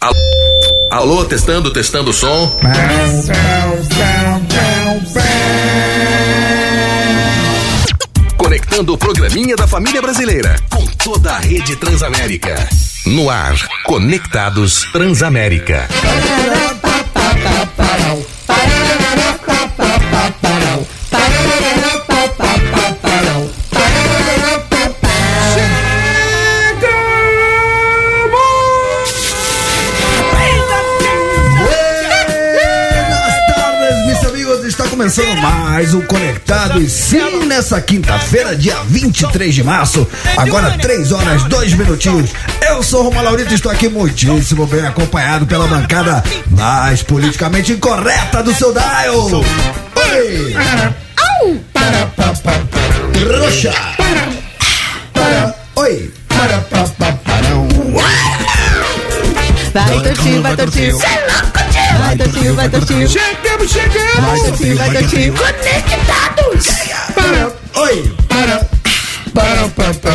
Alô, alô, testando, testando o som. Conectando o programinha da família brasileira com toda a rede Transamérica. No ar, Conectados Transamérica. Buenas tardes, meus amigos. Está começando mais um Conectado. E sim, nessa quinta-feira, dia 23 de março, agora 3 horas, 2 minutinhos. Eu sou Roma Laurito e estou aqui muitíssimo bem acompanhado pela bancada mais politicamente incorreta do seu Dial. Oi! Roxa! Oi! Vai, Totinho, vai, Totinho. Vai, Totinho, vai, Totinho. Chegamos, chegamos! Vai, Totinho, vai, Totinho. Oi! Para, para, para, para,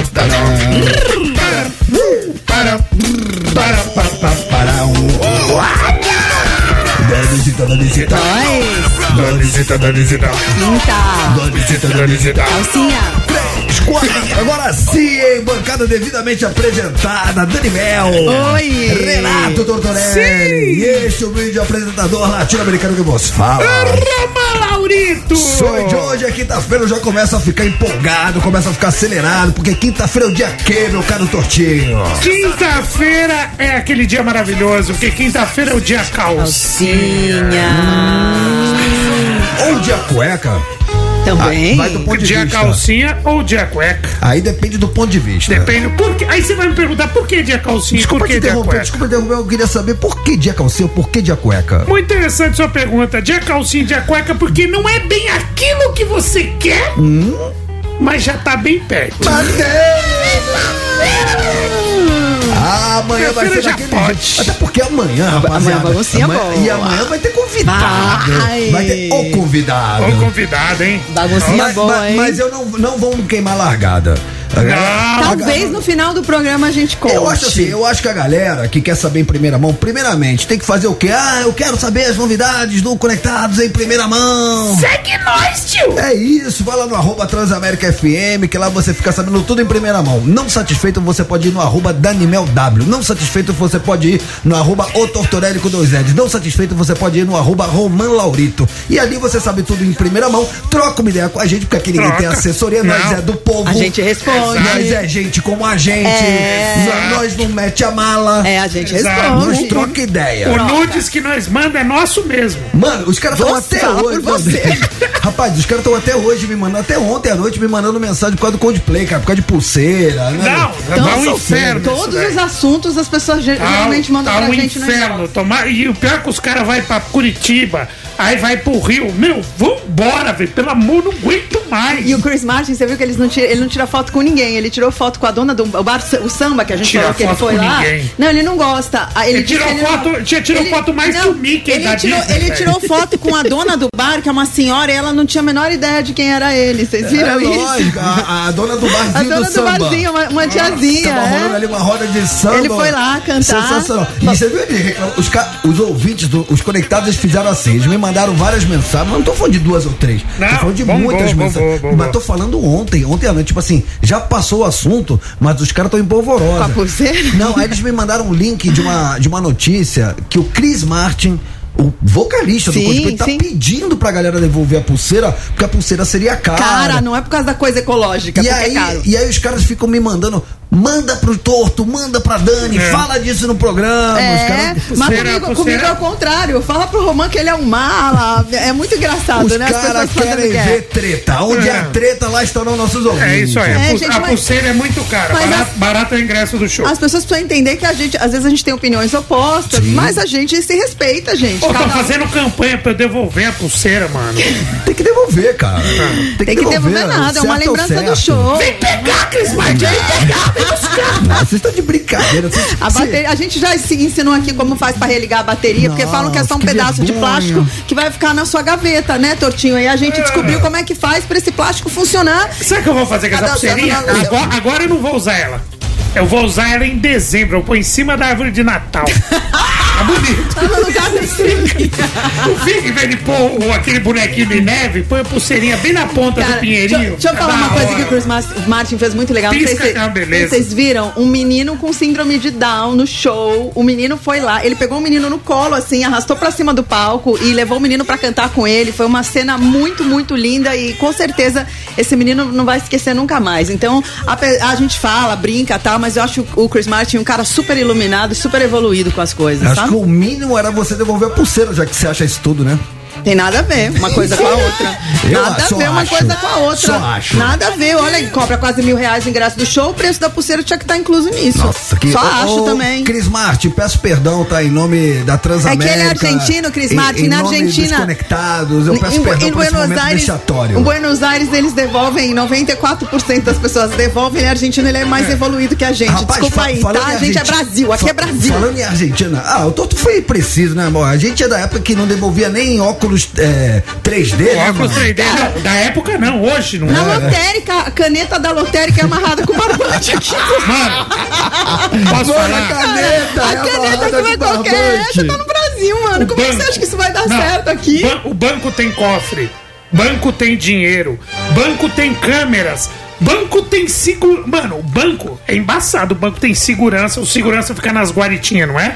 para, para, para, para, Danisita, Danisita, Dois. Danisita, Danisita, Quinta. Danisita, Danisita. Calcinha. Quatro. Agora sim, hein? bancada devidamente apresentada, Dani Mel. Oi. Renato Tortorelli. E este é o vídeo apresentador latino-americano que vos fala. Roma Laurito! Sonho de hoje é quinta-feira, eu já começo a ficar empolgado, começo a ficar acelerado, porque quinta-feira é o dia que, meu caro Tortinho? Quinta-feira é aquele dia maravilhoso, porque quinta-feira é o dia caos. Calcinha. Ou dia cueca, Ah, Também. vai do ponto de Dia vista. é calcinha ou dia cueca. Aí depende do ponto de vista. Depende. Por quê? Aí você vai me perguntar por que dia calcinha e por Desculpa te que dia interromper, cueca. desculpa interromper, eu queria saber por que dia calcinha, por que dia cueca? Muito interessante sua pergunta. Dia calcinha, dia cueca, porque não é bem aquilo que você quer, mas já tá bem perto. Amanhã vai ser Quinta-feira Hum. já daquele pode. jeito. Até porque amanhã, rapaziada. amanhã a baguncinha é amanhã- boa. E amanhã vai ter convidado. Vai. Vai ter o convidado. Ô Um convidado, hein? Baguncinha Mas, boa, mas- hein? mas eu não, não vamos queimar largada. Não. Talvez no final do programa a gente conte. Eu acho assim, eu acho que a galera que quer saber em primeira mão, primeiramente, tem que fazer o quê? Ah, eu quero saber as novidades do Conectados em primeira mão. Segue nós, tio! É isso, vai lá no arroba Transamérica FM, que lá você fica sabendo tudo em primeira mão. Não satisfeito, você pode ir no arroba Danimel W. Não satisfeito, você pode ir no arroba O Tortorelli com dois L's. Não satisfeito, você pode ir no arroba Roman Laurito. E ali você sabe tudo em primeira mão. Troca uma ideia com a gente, porque aqui ninguém Troca. tem assessoria, nós Não. é do povo. A gente responde. Nós é gente como a gente. É. Nós- Nós não mete a mala. É, a gente Exato. Nós responde. troca ideia. O nudes que nós manda é nosso mesmo. Mano, os caras estão Você até fala hoje. por você. Rapaz, os caras estão até hoje me mandando, até ontem à noite me mandando mensagem por causa do Coldplay, cara, por causa de pulseira. Né? Não, Então, tá um inferno. isso Todos daí. os assuntos as pessoas ge- Tá, geralmente mandam tá pra um gente né? no inferno. Tomar, e o pior é que os caras vão pra Curitiba, aí vai pro Rio. Meu, vambora, velho. Pelo amor, não aguento mais. E o Chris Martin, você viu que eles não tira- ele não tira foto com ninguém. Ele tirou foto com a dona do o bar, o samba que a gente Tira falou que ele foto foi com lá. ninguém. Não, ele não gosta. Ah, Ele disse tirou que não- foto- tinha- tirou foto mais que o Mickey Ele, da tirou, Disney, ele velho. tirou foto com a dona do bar, que é uma senhora, e ela não tinha a menor ideia de quem era ele. Vocês É viram isso? lógico, Ah, a, a dona do barzinho A dona do do, samba. barzinho, uma, uma tiazinha. Tava rolando é? ali uma roda de samba. Ele foi lá cantar. Sensacional. E você viu ali, os, ca- os ouvintes, do- os conectados, eles fizeram assim. Eles me mandaram várias mensagens. Mas não tô falando de duas ou três. Não, tô falando de bombou, muitas bombou, mensagens. bombou. Mas tô falando ontem, ontem à noite. Tipo assim, já passou o assunto, mas os caras tão em polvorosa. Com a pulseira? Não, aí eles me mandaram um link de uma, de uma notícia que o Chris Martin. O vocalista Sim, do Coldplay tá sim. pedindo pra galera devolver a pulseira, porque a pulseira seria cara. Cara, não é por causa da coisa ecológica, E porque aí, é caro. e aí os caras ficam me mandando, manda pro torto, manda pra Dani, É. fala disso no programa. Os É, caras, mas Pulseira, comigo, pulseira. comigo é o contrário. Fala pro Romã que ele é um mala. É muito engraçado, os né? caras fazendo querem guerra. ver treta. Onde É. a treta, lá estarão nossos ouvintes. É isso aí. É, a pu- gente, a mas- pulseira é muito cara. Mas Barato, as- barato é o ingresso do show. As pessoas precisam entender que a gente, às vezes a gente tem opiniões opostas, mas a gente se respeita, gente. Pô, Cada tá um- fazendo campanha pra eu devolver a pulseira, mano. Ah. Tem que devolver, cara. Tem que devolver né? nada, é uma certo ou lembrança certo. do show. pegar, Cris Martin! Ah, Vocês estão de brincadeira. Vocês, A, vocês- bateria, a gente já se ensinou aqui como faz pra religar a bateria, porque Nossa, falam que é só um que pedaço de vergonha. plástico que vai ficar na sua gaveta, né, Tortinho? E a gente descobriu como é que faz pra esse plástico funcionar. Sabe o que eu vou fazer com essa Cada um pulseirinha? sabe lá no seu- Agora, agora eu não vou usar ela. Eu vou usar ela em dezembro. Eu ponho em cima da árvore de Natal. Tá bonito. Tá no lugar do filme. O Vig, em vez de pôr o- aquele bonequinho de neve, põe a pulseirinha bem na ponta do Cara, deixa, pinheirinho. Tá deixa eu falar Da uma coisa que o hora. Chris Mas- Martin fez muito legal. Não sei Pisca se- que é uma beleza. Vocês viram um menino com síndrome de Down no show. O menino foi lá, ele pegou o menino no colo, assim, arrastou pra cima do palco e levou o menino pra cantar com ele. Foi uma cena muito, muito linda e com certeza esse menino não vai esquecer nunca mais. Então, ape- a, gente fala, brinca e tal, mas eu acho o Chris Martin um cara super iluminado, super evoluído com as coisas, Acho sabe? que o mínimo era você devolver a pulseira, já que você acha isso tudo, né? Tem nada a ver uma coisa com a outra. Eu nada só a ver uma acho. coisa com a outra. Só acho. Nada a ver. Olha, ele cobra quase mil reais de ingresso do show, o preço da pulseira tinha que estar incluso nisso. Só Ô, acho ô, também. Cris Martin, peço perdão, tá? Em nome da Transamérica. É que ele é argentino, Cris em- Martin, é em na nome Argentina. Dos conectados, eu peço perdão por esse momento vexatório. em Buenos Aires eles devolvem, 94% das pessoas devolvem, ele é argentino, ele é mais evoluído que a gente. Desculpa fa- aí, falando tá? em A gente é Argentina- Brasil, aqui fa- é Brasil. Falando em Argentina, ah, o Toto foi preciso, né, amor? A gente é da época que não devolvia nem óculos é, 3D, né, Óculos mano? 3D, não, da época não, hoje não Na é. lotérica, a caneta da lotérica é amarrada com barbante aqui. Mano, posso Mano, a falar? caneta, é A caneta "Tá que vai qualquer essa tá no Brasil, mano. O Como é que banco- você acha que isso vai dar Não, certo aqui? ban- o banco tem cofre, banco tem dinheiro, banco tem câmeras, banco tem seguro. Mano, o banco é embaçado. O banco tem segurança, o segurança fica nas guaritinhas, não é?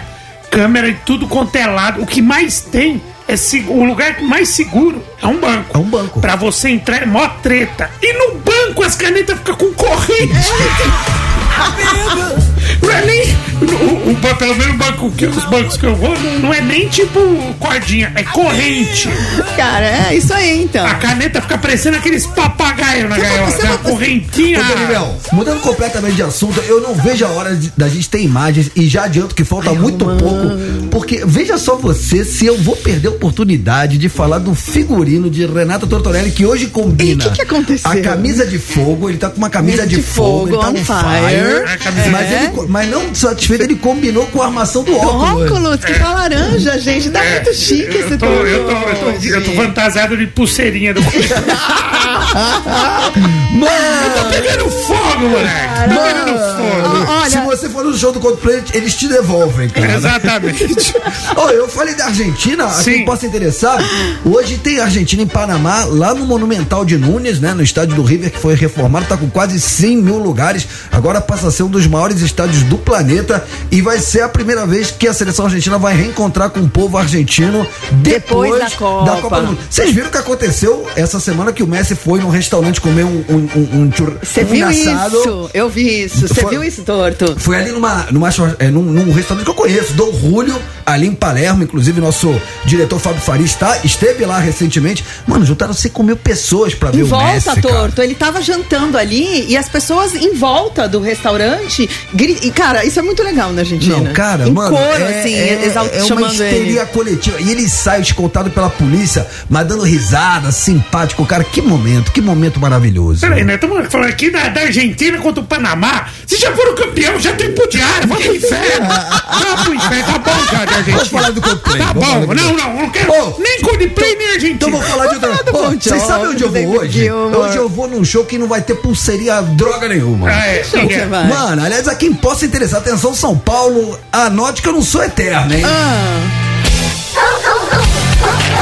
Câmera e tudo quanto é lado. O que mais tem é se- o lugar mais seguro é um banco. É um banco. Pra você entrar é mó treta. E no banco as canetas ficam com corrente. É. Não é nem. O, o ba- pelo menos o banco que- os bancos que eu vou não, não é nem tipo cordinha, é corrente. Cara, é isso aí então. A caneta fica parecendo aqueles papagaios na Você gaiola. vai- você né? A vai- correntinha. Ô, Daniel, mudando completamente de assunto, eu não vejo a hora de- da gente ter imagens e já adianto que falta muito pouco, porque veja só você se eu vou perder a oportunidade de falar do figurino de Renata Tortorelli que hoje combina. E o que que aconteceu? A camisa de fogo, ele tá com uma camisa de, de fogo, fogo, ele tá on on fire. fire. É, camisa Mas, de- ele co- mas não satisfeito, ele combinou com a armação do O óculos. Óculos, que tá laranja, gente. Tá É, muito chique esse eu tô, tudo. eu, tô, eu, tô, eu tô gente. fantasiado de pulseirinha do. eu tô Mano! pegando fogo, moleque. Tô pegando fogo. Ó, Se Olha, você for no show do Coldplay, eles te devolvem, cara. Exatamente. Ó, eu falei da Argentina, a Sim. quem possa interessar, hoje tem Argentina em Panamá, lá no Monumental de Nunes, né? No estádio do River, que foi reformado, tá com quase 100 mil lugares, agora passa a ser um dos maiores estádios do planeta e vai ser a primeira vez que a seleção argentina vai reencontrar com o povo argentino depois, Depois da Copa. do Mundo. Vocês viram o que aconteceu essa semana que o Messi foi num restaurante comer um, um, um, um churra- você um viu assado? isso? Eu vi isso. Você Foi- viu isso, torto? Foi ali numa, numa churras- é, num, num restaurante que eu conheço, Dom Julio, ali em Palermo. Inclusive, nosso diretor Fábio Faria está, esteve lá recentemente. Mano, juntaram 5 mil pessoas pra ver Em o volta, Messi, cara. torto. Ele tava jantando ali e as pessoas em volta do restaurante. gri- E, cara, isso é muito legal na Argentina. Não, cara, em mano. Coro, é, assim, é, exalt- é uma chamando ele. histeria coletiva. E ele sai escoltado pela polícia, mas dando risada, simpático. Cara, que momento, que momento maravilhoso. Peraí, né? Estamos falando aqui da, da Argentina contra o Panamá. Vocês já foram campeão, já tem é pro diário, vai pro inferno. Vai pro inferno, tá bom, cara, da Argentina. Vamos falar do Coldplay. Tá Vamos falar bom, do não, Coldplay. não, não quero Ô, nem Coldplay, nem Argentina. Então vou falar de outra Vamos falar do Pô, Bon Vocês Jovi, sabem onde eu do vou David hoje? Gilmour. Hoje eu vou num show que não vai ter pulseirinha droga nenhuma. Ah, é, Show ninguém- que vai. Mano, aliás, a quem possa interessar, atenção São Paulo, anote que eu não sou eterno, hein? Ah,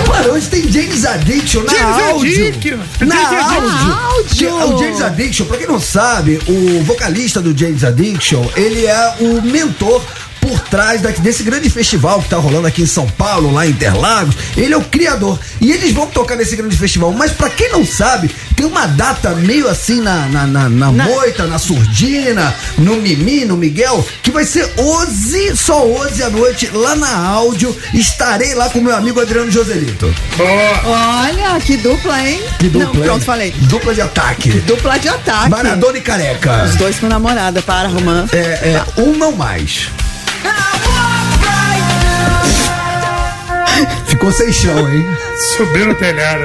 Mano, hoje tem James Addiction na James áudio. Addiction. Na James Addiction. áudio. Na áudio. O James Addiction, pra quem não sabe, o vocalista do James Addiction, ele é o mentor por trás da- desse grande festival que tá rolando aqui em São Paulo, lá em Interlagos, ele é o criador. E eles vão tocar nesse grande festival. Mas pra quem não sabe, tem uma data meio assim na, na, na, na moita, na surdina, no Mimi, no Miguel, que vai ser 11, só 11 à noite, lá na áudio. Estarei lá com meu amigo Adriano Joselito. Boa. olha, que dupla, hein? Que dupla, Não, hein? pronto, falei. Dupla de ataque. Dupla de ataque. Maradona e careca. Os dois com namorada, para, Romã. É, é, um não mais. Ficou sem chão, hein? Subiu no telhado.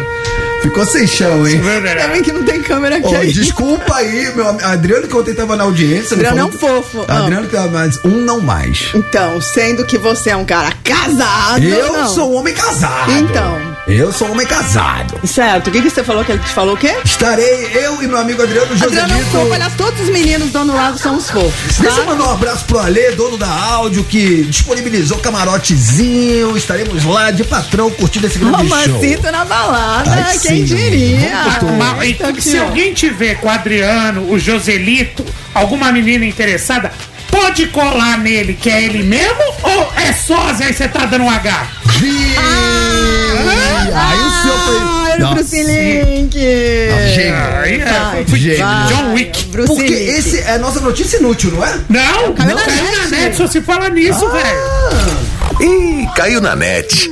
Ficou sem chão, hein? Subiu no Ainda telhado. bem que não tem câmera aqui. Ô, aí. desculpa aí, meu am- Adriano, que ontem tava na audiência. não Adriano falou- é um fofo. Ah. Adriano, que tava mais. Um não mais. Então, sendo que você é um cara casado. Eu não. sou um homem casado. Então, Eu sou homem casado. Certo. O que, que você falou que ele te falou o quê? Estarei eu e meu amigo Adriano Adriano é um Joselito. fofo. Aliás, todos os meninos do Dono Lago são os fofos, Deixa eu tá? mandar um abraço pro Alê, dono da áudio, que disponibilizou camarotezinho. Estaremos lá de patrão curtindo esse grande show. Romancito na balada, Ai, Ah, quem sim. diria? Ah, Mas, e Então, se tio. alguém tiver com o Adriano, o Joselito, alguma menina interessada, pode colar nele, que é ele mesmo, ou é sósia e você tá dando um H? Ih, Aí o seu Ah, foi. era o Nossa. Bruce Link. Ah, Gênio. Aí Vai, é, foi gênio. John Wick. Bruce Porque Link. esse é nossa notícia inútil, não é? Ah. Não, caiu não na caiu na net. net, só se fala nisso, velho. Ih, caiu na net.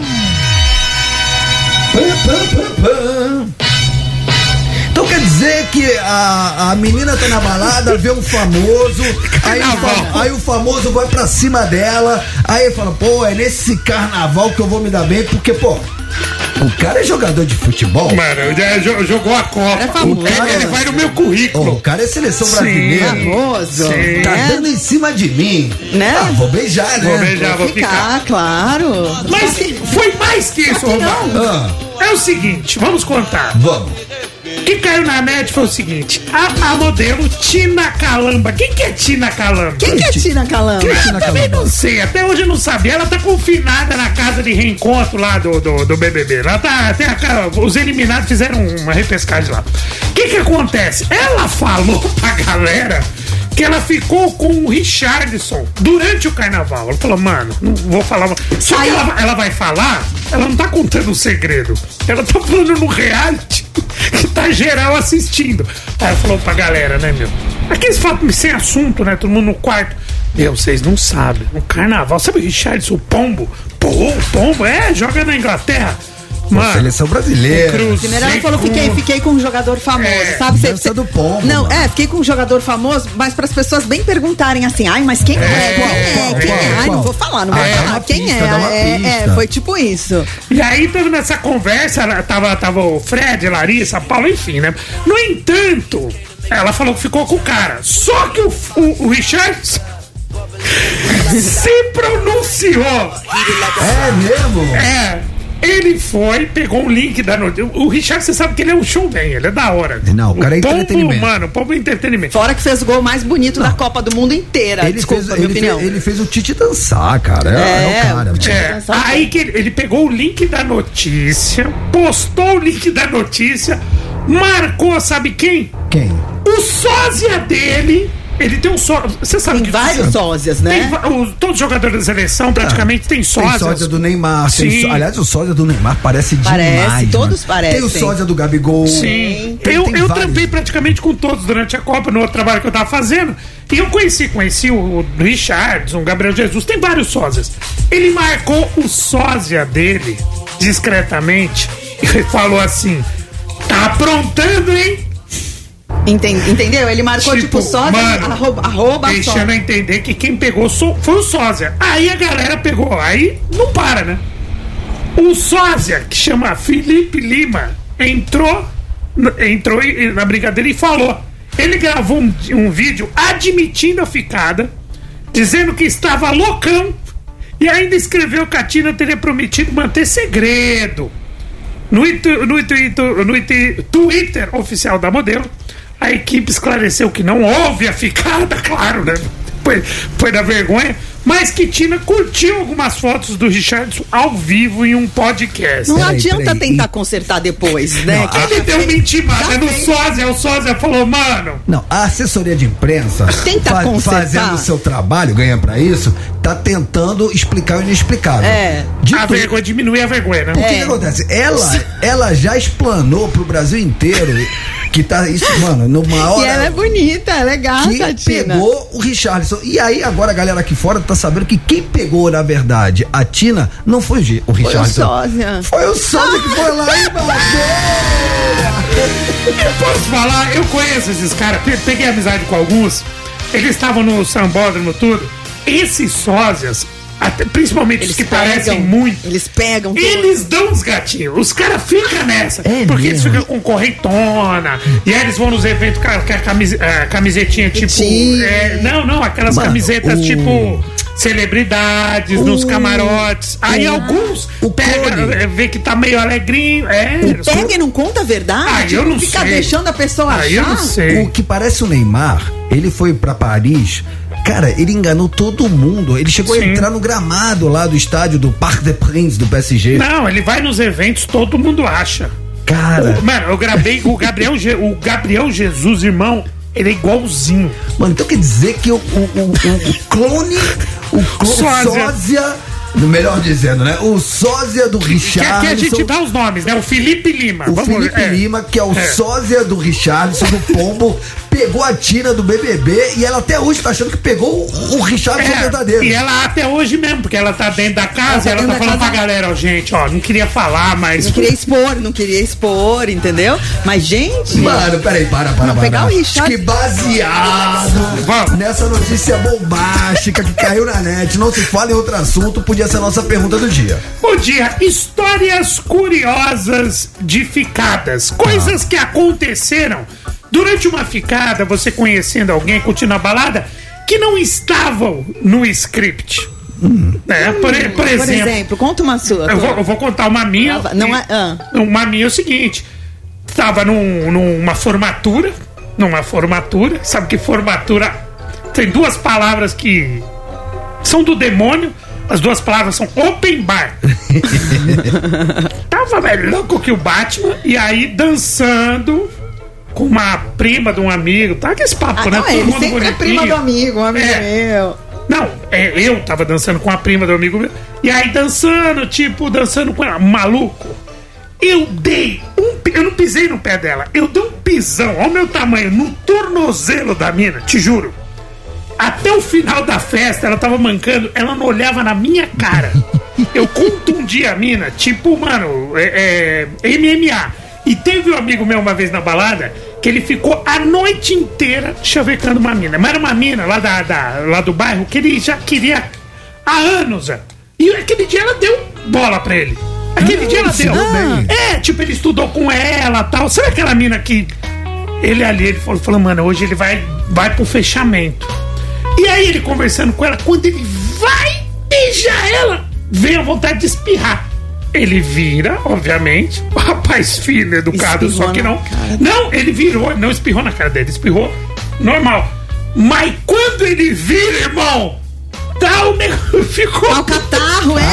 Pam, pam, pam, pam. Então quer dizer que a, a menina tá na balada, vê um famoso, aí o, fa- aí o famoso vai pra cima dela, aí fala, pô, é nesse carnaval que eu vou me dar bem, porque, pô, o cara é jogador de futebol. Mano, já jo- jogou a Copa. É famoso. O cara, ele vai no meu Ô, o currículo. cara é seleção Sim. brasileira. Famoso. Sim. Tá né? dando em cima de mim. Né? Ah, vou beijar, né? Vou beijar, vou ficar. Ficar, claro. Tá Mas foi mais que isso, Romário. Ah, É o seguinte, vamos contar. vamos. O que caiu na net foi o seguinte: a, a modelo Tina Calamba. Quem que é Tina Calamba? Quem que é Tina Calamba? Eu também não sei, até hoje eu não sabia. Ela tá confinada na casa de reencontro lá do, do, do BBB. Ela tá, tem a cara- os eliminados fizeram uma repescagem lá. O que que acontece? Ela falou pra galera que ela ficou com o Richardson durante o carnaval. Ela falou, mano, não vou falar. uma-" Só que ela, ela vai falar, ela não tá contando um segredo. Ela tá falando no reality que tá geral assistindo. Aí ela falou pra galera, né, meu? Aqueles fatos sem assunto, né? Todo mundo no quarto. Meu, vocês não sabem. No carnaval, sabe o Richardson, o pombo? Pô, o pombo, é, joga na Inglaterra. Mano, um Seleção brasileira. cruz. Primeiro ela falou, fiquei, fiquei com um jogador famoso, É, sabe? Cê- dança cê- do pombo, Não, mano. é, fiquei com um jogador famoso, mas para as pessoas bem perguntarem assim, ai, mas quem é? quem é? Ah, qual, quem qual, é? Ai, qual? não vou falar, não vou Ah, dá uma falar. Quem pista, é? dá uma É, é, pista. foi tipo isso. E aí teve nessa conversa, ela- tava, tava o Fred, Larissa, Paulo, enfim, né? No entanto, ela falou que ficou com o cara. Só que o, o, o Richardson se pronunciou. É mesmo? É. Ele foi, pegou um link da notícia. O Richard, você sabe que ele é um showman, ele é da hora. Não, o cara é pombo, entretenimento. Mano, o pombo é entretenimento. Fora que fez o gol mais bonito da Copa do Mundo inteira. Ele Desculpa, fez, minha ele, opinião. fez, ele fez o Tite dançar, cara. É, é É, o o cara. Tite- mano. É, Dançar aí que ele, ele pegou o link da notícia, postou o link da notícia, marcou, sabe quem? Quem? O sósia dele. Ele tem um sósia. Você sabe Tem que vários sósias, tem né? va- o- todos os jogadores da seleção praticamente tem Ah, Tem sósias. sósia do Neymar. Sim. Tem, só- aliás, o sósia do Neymar parece, Parece, demais. mano. todos parecem. Tem o sósia do Gabigol. Sim. Ele Eu, tem eu vários. trampei praticamente com todos durante a Copa, no outro trabalho que eu tava fazendo. E eu conheci, conheci o o Richardson, o Gabriel Jesus, tem vários sósias. Ele marcou o sósia dele discretamente e falou assim: tá aprontando, hein? Enten- entendeu? Ele marcou tipo, sósia, mano, arroba, arroba deixando sósia. a entender que quem pegou só- foi o sósia. Aí a galera pegou, aí não para, né? O sósia, que chama Felipe Lima, entrou, n- entrou e- e na brincadeira e falou. Ele gravou um, di- um vídeo admitindo a ficada, dizendo que estava loucão e ainda escreveu que a Tina teria prometido manter segredo. No, itu- no, itu- no itu- Twitter oficial da modelo, a equipe esclareceu que não houve a ficada, claro, né? Foi, foi da vergonha, mas que Tina curtiu algumas fotos do Richardson ao vivo em um podcast. Não Peraí, adianta peraí. tentar consertar depois, né? Quem Ele já deu uma fez- intimada já no fez. sósia, o sósia falou, mano, Não, a assessoria de imprensa Tenta consertar. fazendo o seu trabalho, ganha pra isso, tá tentando explicar o inexplicável. É. De a tudo. vergonha diminui a vergonha, né? O que, É. que acontece? Ela, ela já explanou pro Brasil inteiro que tá isso, mano, numa hora. E ela é bonita, ela é gata, que Tina. pegou o Richardson. E aí, agora a galera aqui fora tá sabendo que quem pegou, na verdade, a Tina não foi o G- o Foi o Richardson. sósia. Foi o Sandro que foi lá e bateu. Eu posso falar, eu conheço esses caras, pe- peguei amizade com alguns. Eles estavam no sambódromo tudo. Esses sósias, até- principalmente os Eles que pegam, parecem muito. Eles pegam. Eles dão os gatinhos. Os caras ficam nessa. É porque eles mesmo? ficam com correntona. E aí eles vão nos eventos com a, com a camise- a camisetinha tipo. Sim. é, não, não, aquelas Mano, camisetas o- tipo. Celebridades nos camarotes. Aí alguns o clone. pega, é, vê que tá meio alegrinho. É, eles- Pega e não conta a verdade? Ah, eu não Fica sei. deixando a pessoa achar. aí Ah, eu não sei. O que parece o Neymar, ele foi pra Paris. Cara, ele enganou todo mundo. Ele chegou a Sim. entrar no gramado lá do estádio do Parc des Princes do PSG. Não, ele vai nos eventos, todo mundo acha. Cara, O- Mano, eu gravei com o Gabriel, Je- o Gabriel Jesus, irmão, ele é igualzinho. mano, então quer dizer que o, o, o- o- o clone, o clone Sósia. sósia. melhor dizendo, né? O sósia do Que aqui a Richardson. gente dá os nomes, né? O Felipe Lima. O Vamos- Felipe é. Lima, que é o É. sósia do Richardson, do Pombo, pegou a tira do BBB e ela até hoje tá achando que pegou o, o Richardson É, verdadeiro. E ela até hoje mesmo, porque ela tá dentro da casa, Ela tá ela tá dentro da falando pra casa. galera, ó, gente, ó, não queria falar, mas. Não queria expor, não queria expor, entendeu? Mas, gente. Mano, peraí, para, para, para. pegar o Richard- Que baseado Vamos. nessa notícia bombástica que caiu na net, não se fala em outro assunto, podia ser a nossa pergunta do dia. Bom dia, histórias curiosas de ficadas, coisas que aconteceram durante uma ficada, você conhecendo alguém, curtindo a balada, que não estavam no script. É, por, por Hum, Por exemplo, exemplo, conta uma sua. eu Clara. vou, eu vou contar uma minha. Tava- não é- ah. Uma minha é o seguinte: tava num- numa formatura, numa formatura, sabe que formatura tem duas palavras que são do demônio. As duas palavras são open bar. Tava mais louco que o Batman. E aí, dançando com uma prima de um amigo. Tá com esse papo, Ah, né? não, ele sempre é prima do bonitinho. amigo, um amigo É. meu. Não, é, eu tava dançando com a prima do amigo meu. E aí dançando, tipo, dançando com ela. Maluco. Eu dei um. pi- Eu não pisei no pé dela. Eu dei um pisão, olha o meu tamanho, no tornozelo da mina, te juro. Até o final da festa, ela tava mancando, ela não olhava na minha cara. Eu contundi a mina, tipo, mano, é, é, MMA. E teve um amigo meu uma vez na balada que ele ficou a noite inteira chavecando uma mina. Mas era uma mina lá, da, da- lá do bairro que ele já queria há anos. ó. E aquele dia ela deu bola pra ele. Aquele dia ela se deu. deu bem. É, tipo, ele estudou com ela tal. Sabe aquela mina que. Ele ali, ele falou, falou, mano, hoje ele vai, vai pro fechamento. E aí ele conversando com ela, quando ele vai beijar ela, vem a vontade de espirrar. Ele vira, obviamente, o rapaz fino, educado, Espirrou só que na não. cara. Não, ele virou, não espirrou na cara dele, espirrou normal. Mas quando ele vira, irmão, tá o negócio ficou. Ah! Ao Tá catarro, é!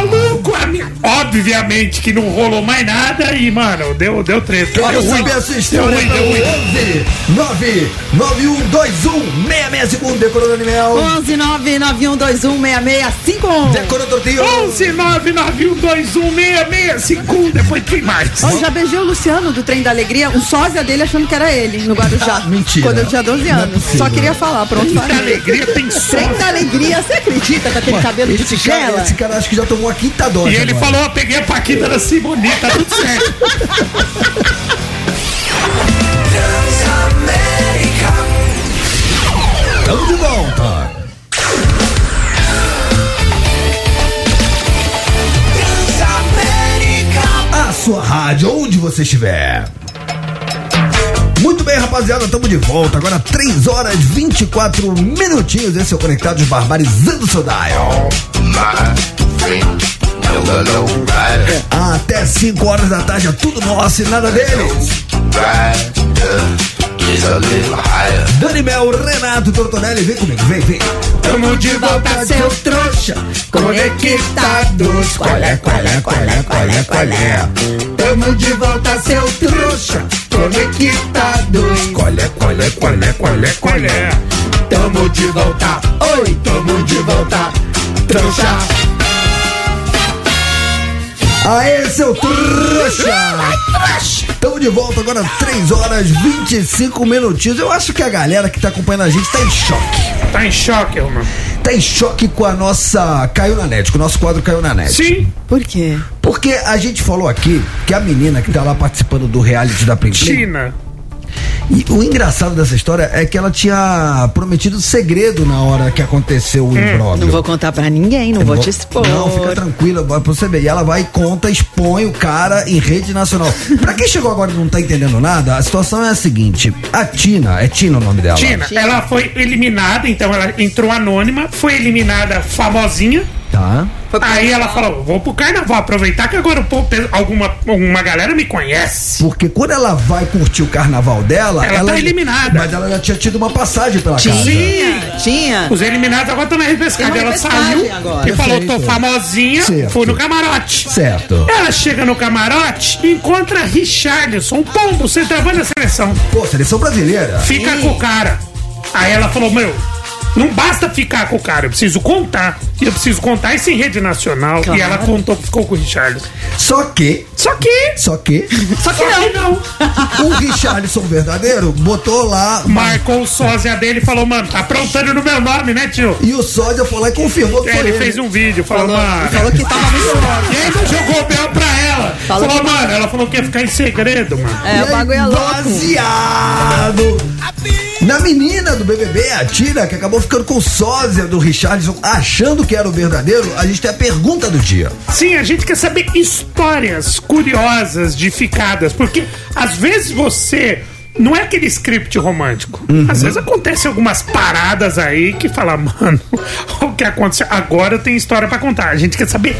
Maluco, a minha- obviamente que não rolou mais nada e, mano, deu, deu treta. Para Deu ruim. saber essa história, Deu ruim, deu ruim. 11 991216651, decorando animal. 11 991216651. Decorando tortinho. 11 991216651. Depois tem mais. Hoje já beijei o Luciano do Trem da Alegria, um sósia dele achando que era ele no Guarujá. Ah, mentira. Quando eu tinha 12 Não é anos. possível. Só queria falar, pronto. Da falei. alegria tem Trem sorte. da Alegria, você acredita com aquele cabelo de Esse cara, tigela? esse cara acho que já tomou a quinta dose. E ele agora. falou: "Eu peguei a Paquita da Simoni, tá tudo certo. Tamo de volta. A sua rádio, onde você estiver. Muito bem, rapaziada, estamos de volta. Agora 3 horas 24 minutinhos. Esse é o Conectados Barbarizando seu Dial. Até 5 horas da tarde é tudo nosso e nada deles. Dani Mel, Renato Tortonelli, vem comigo, vem, vem. Tamo de volta, seu trouxa, conectados. Qual é, qual é, qual é, qual é, qual é? Tamo de volta, seu trouxa, conectados. Qual é, qual é, qual é, qual é, qual é? Tamo de volta, oi, tamo de volta, trouxa. Aê, seu trouxa! Tamo de volta agora, 3 horas 25 minutinhos. Eu acho que a galera que tá acompanhando a gente tá em choque. Tá em choque, irmão. Tá em choque com a nossa. Caiu na net, com o nosso quadro Caiu na net. Sim, Por quê? Porque a gente falou aqui que a menina que tá lá participando do reality da Plim Plim, China. E o engraçado dessa história é que ela tinha prometido segredo na hora que aconteceu o É, Hum. Não imbróglio. vou contar pra ninguém, não vou te expor. É Não, fica tranquila, vai pra você ver. E ela vai, conta, expõe o cara em rede nacional. pra quem chegou agora e não tá entendendo nada, a situação é a seguinte: a Tina, é Tina o nome dela. Tina, ela foi eliminada, então ela entrou anônima, foi eliminada famosinha. Tá. Aí ela falou: vou pro carnaval, aproveitar que agora o povo, alguma, alguma galera me conhece. Porque quando ela vai curtir o carnaval dela. Ela tá eliminada. Mas ela já tinha tido uma passagem pela casa. Tinha, tinha. Os eliminados agora estão na repescada. Tem uma Ela repescagem saiu agora. e falou: tô Perfeito. famosinha, Certo. fui no camarote. Certo. Ela chega no camarote e encontra Richarlison, um pombo centroavante da seleção. Pô, seleção brasileira. Fica com o cara. Aí ela falou: meu. Não basta ficar com o cara, eu preciso contar. E eu preciso contar isso em rede nacional. Claro. E ela contou que ficou com o Richarlison. Só que. Só que. Só que Só que não. o Richarlison verdadeiro botou lá. Marcou o sósia dele e falou, mano, tá aprontando no meu nome, né, tio? E o Sódia foi lá e confirmou que É, foi ele fez um vídeo, falou, Falou, mano. falou que tava muito E ainda jogou o Bel pra ela. Falou Falou, que- mano, ela falou que ia ficar em segredo, mano. É, o bagulho é louco. Baseado na menina do BBB, a Tina, que acabou ficando com o sósia do Richardson, achando que era o verdadeiro, a gente tem a pergunta do dia. Sim, a gente quer saber histórias curiosas de ficadas, porque às vezes você. Não é aquele script romântico. Uhum. Às vezes acontece algumas paradas aí que fala, mano, o que aconteceu? Agora eu tenho história pra contar. A gente quer saber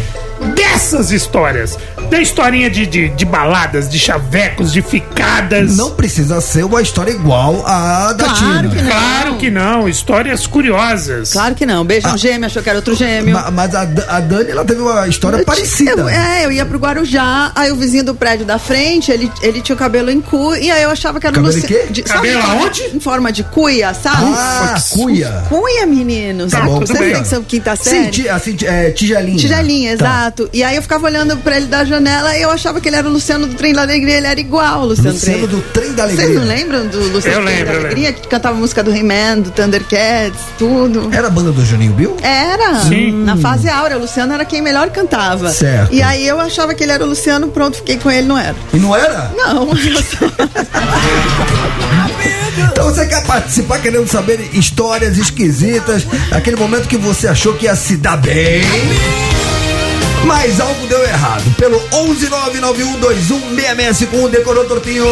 dessas histórias. Da historinha de, de, de baladas, de chavecos, de ficadas. Não precisa ser uma história igual à da Claro Tina. que não. Claro que não. Histórias curiosas. Claro que não. Beijão gêmeo, achou que era outro gêmeo. Ah. Ma- Mas a, Da- a Dani, ela teve uma história Eu ti- parecida. né? eu- é, eu ia pro Guarujá, aí o vizinho do prédio da frente, ele, ele tinha o cabelo em cu, e aí eu achava que era um Cabelo Luci- em quê? de- Cabelo sabe, é? aonde? Em forma de cuia, sabe? Ah, cuia. Cuia, meninos. Tá Sabe bom, como tudo Você bem. tem que ser quinta série? Sim, ti- assim, ti- é, tigelinha. Tigelinha, Tá. exato. E aí eu ficava olhando pra ele da janela e eu achava que ele era o Luciano do Trem da Alegria. Ele era igual o Luciano, Luciano do Trem da Alegria. Vocês não lembram do Luciano Eu do Trem lembro, da eu Alegria? Que cantava música do He-Man, do Thundercats, tudo. Era a banda do Juninho Bill? Era. Sim. Na fase áurea, o Luciano era quem melhor cantava. Hum. Certo. E aí eu achava que ele era o Luciano, pronto, fiquei com ele, não era. E não era? Não, eu só- Então você quer participar querendo saber histórias esquisitas, aquele momento que você achou que ia se dar bem. Mas algo deu errado. Pelo 11991216651, decorou tortinho.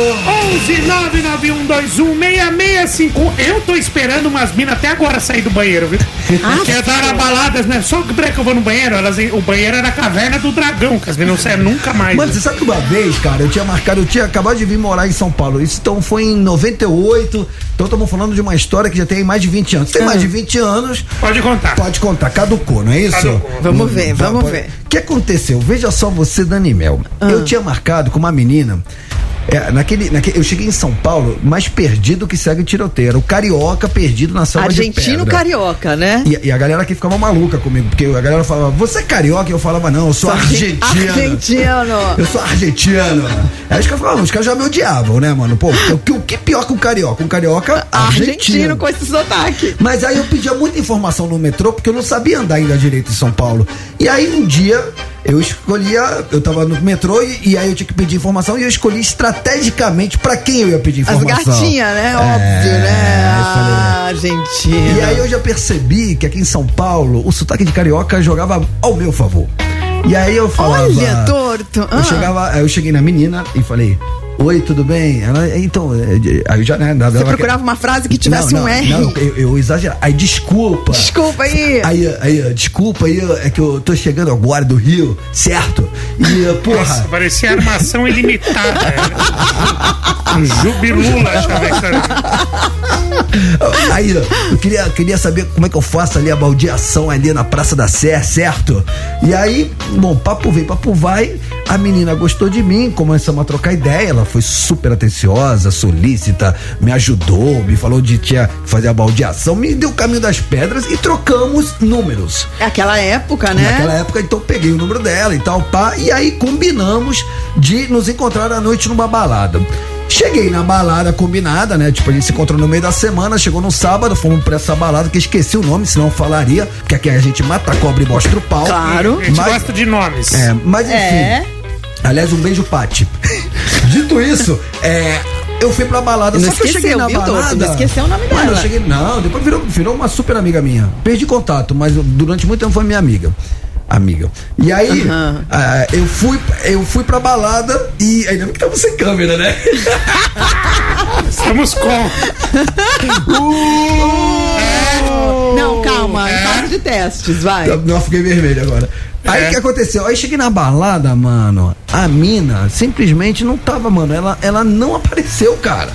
11991216651. Eu tô esperando umas minas até agora sair do banheiro, viu? Ah, Porque andaram abaladas, né? Só que peraí que eu vou no banheiro, elas, o banheiro era a caverna do dragão, que as minas não saem nunca mais. Mano, você sabe que uma vez, cara, eu tinha marcado, eu tinha acabado de vir morar em São Paulo. Isso então foi em 98. Então estamos falando de uma história que já tem mais de 20 anos. Tem mais de 20 anos, Ah. Pode contar. Pode contar, caducou, não é isso? Caducou. Vamos ver, Hum, vamos pode- ver. Ah. O que aconteceu? Veja só você, Dani Mel. Eu tinha marcado com uma menina. é, naquele, naquele- eu cheguei em São Paulo mais perdido que segue tiroteiro. O carioca perdido na selva de Argentino pedra. carioca, né? E, e a galera aqui ficava maluca comigo, porque a galera falava, você é carioca? E eu falava, não, eu sou Argen- argentino. Argentino. Eu sou argentino. Aí os caras falavam, os caras já me odiavam, né, mano? Pô, o que, o que pior que um carioca? Um carioca Argentino, argentino. com esse sotaque. Mas aí eu pedia muita informação no metrô, porque eu não sabia andar ainda direito em São Paulo. E aí um dia eu escolhia, eu tava no metrô e, e aí eu tinha que pedir informação e eu escolhi estrategicamente pra quem eu ia pedir As informação. gatinhas, né? Óbvio, É, né? eu falei. né? Ah, Argentina. E aí eu já percebi que aqui em São Paulo o sotaque de carioca jogava ao meu favor. E aí eu falava. Olha, torto. Ah. Eu chegava, aí eu cheguei na menina e falei: Oi, tudo bem? Ela, então, é, de- aí eu já, né? Você procurava uma frase que tivesse um R. Não, eu, eu exagerava. Aí, desculpa. Desculpa aí. Aí, aí, desculpa aí, é que eu tô chegando agora do Rio, certo? E, Nossa, porra, parecia armação ilimitada. né? Um Jubilula, tá chaveca. aí, eu queria, queria saber como é que eu faço ali a baldeação ali na Praça da Sé, certo? E aí, bom, papo vem, papo vai, a menina gostou de mim, começamos a trocar ideia, ela foi super atenciosa, solícita, me ajudou, me falou de tinha que fazer a baldeação, me deu o caminho das pedras e trocamos números. É Aquela época, né? Naquela época, então peguei o número dela e tal, pá. E aí combinamos de nos encontrar à noite numa balada. Cheguei na balada combinada, né? Tipo, a gente se encontrou no meio da semana, chegou no sábado, fomos pra essa balada, que eu esqueci o nome, senão eu falaria, porque aqui a gente mata a cobra e mostra o pau. Claro. A gente Mas- gosta de nomes. é, mas enfim. É. Aliás, um beijo, Pati. Dito isso, é, eu fui pra balada. Não Só que eu esqueceu, cheguei na viu, Toto? balada. Não esqueceu o nome Mano, dela. eu cheguei- não, depois virou, virou uma super amiga minha. Perdi contato, mas durante muito tempo foi minha amiga. Amiga. E aí, Aham. ah, eu, fui, eu fui pra balada e ainda bem que tava sem câmera, né? Estamos com. Uh! Não, calma, é. fase de testes, vai. Eu- Tá, Não, fiquei vermelho agora. Aí o É. que aconteceu? Aí cheguei na balada, mano. A mina simplesmente não tava, mano. Ela, ela não apareceu, cara.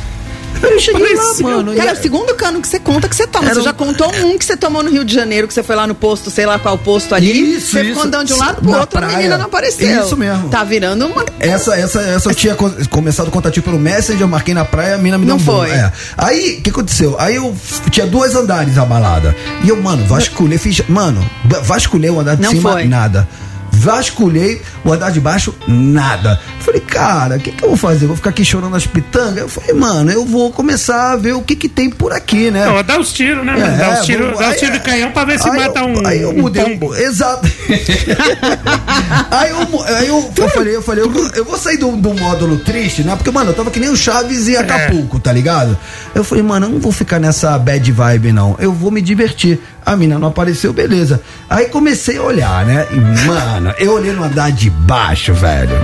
Eu cheguei lá, Apareceu, mano. e- Cara, é o segundo cano que você conta que você toma. um Era Você um- já contou um que você tomou no Rio de Janeiro, que você foi lá no posto, sei lá qual posto ali. Isso, você isso. ficou andando de um lado pro Na outro, a praia. menina não apareceu. Isso mesmo. Tá virando uma. Essa, essa, essa eu tinha co- começado a contato pelo Messenger, eu marquei na praia, a mina me deu Não um bom. foi. É. Aí, o que aconteceu? Aí eu f- tinha dois andares a balada. E eu, mano, vasculhei, fiz. Mano, ba- vasculhei o andar de Não cima, foi. nada. Vasculhei o andar de baixo, nada. Falei, cara, o que, que eu vou fazer? Vou ficar aqui chorando as pitangas? Eu falei, mano, eu vou começar a ver o que, que tem por aqui, né? Não, dá os tiros, né? mano? É, dá os vamos- tiros, dá os aí- tiros de canhão pra ver se aí mata eu- um. Aí eu um mudei. pombo. Exato. aí eu, mu- aí eu, eu falei, eu falei, eu, vou- eu vou sair do, do módulo triste, né? Porque, mano, eu tava que nem o Chaves É. e Acapulco, tá ligado? Eu falei, mano, eu não vou ficar nessa bad vibe, não. Eu vou me divertir. A mina não apareceu, beleza. Aí comecei a olhar, né? E, mano, eu olhei no andar de baixo, velho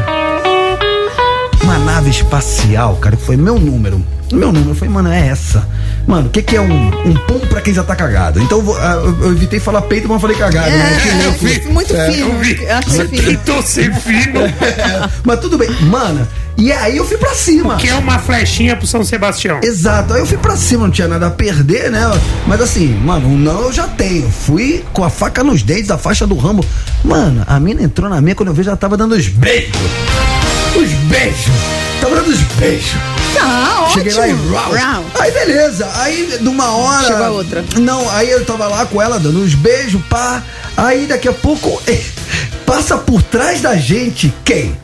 uma nave espacial, cara, que foi meu número. Meu número foi, mano, é essa. Mano, o que, que é um, um pum pra quem já tá cagado? Então eu, vou- ah, eu- eu evitei falar peito, mas falei cagado. né? Que louco. vi. muito É, fino. eu vi. eu Acho que é fino. Tô sem fino. É, mas tudo bem. Mano, e aí eu fui pra cima. Que é uma flechinha pro São um- Sebastião. Exato, aí eu fui pra cima, não tinha nada a perder, né? Mas assim, mano, um não eu já tenho. Fui com a faca nos dentes, a faixa do ramo. Mano, a mina entrou na minha quando eu vi, já tava dando os beijos. Os beijos. Tava dando os beijos. Tá, ótimo. Cheguei lá e rau. Rau. Aí beleza. Aí de uma hora. Chegou a outra. Não, aí eu tava lá com ela dando uns beijos, pá. Aí daqui a pouco passa por trás da gente quem?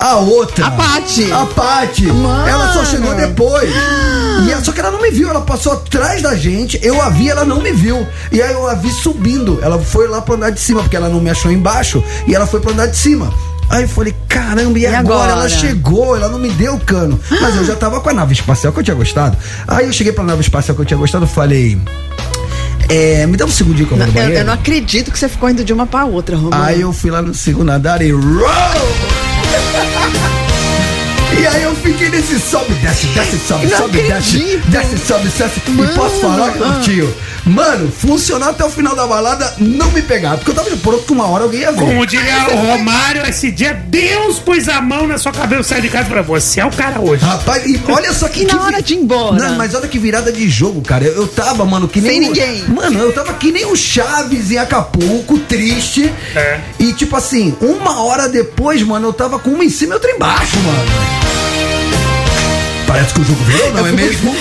A outra. A Paty. A Paty. Mano. Ela só chegou depois. E ela- só que ela não me viu, ela passou atrás da gente, eu a vi, ela não me viu. E aí eu a vi subindo. Ela foi lá pro andar de cima, porque ela não me achou embaixo, e ela foi pro andar de cima. Aí eu falei, caramba, e, E agora? agora? Ela chegou, ela não me deu o cano. Mas eu já tava com a nave espacial que eu tinha gostado. Aí eu cheguei pra nave espacial que eu tinha gostado e falei. É, me dá um segundinho que eu vou no Eu, banheiro. eu não acredito que você ficou indo de uma pra outra, Romano. Aí eu fui lá no segundo andar e. Roll! E aí eu fiquei nesse sobe, desce, desce, sobe, Não sobe, desce, acredito. desce, sobe, desce. Mano, e posso falar, ah. tio? Mano, funcionar até o final da balada não me pegar, porque eu tava pronto que uma hora alguém ia ver. Como diria o Romário, esse dia Deus pôs a mão na sua cabeça e saiu de casa pra você. É o cara hoje. Rapaz, e olha só que. E na que vi- hora de ir embora? Não, mas olha que virada de jogo, cara. Eu, eu tava, mano, que nem. Sem o- ninguém. Mano, eu tava que nem o Chaves em Acapulco, triste. É. E tipo assim, uma hora depois, mano, eu tava com uma em cima e outra embaixo, mano. Parece que o jogo virou, não é mesmo?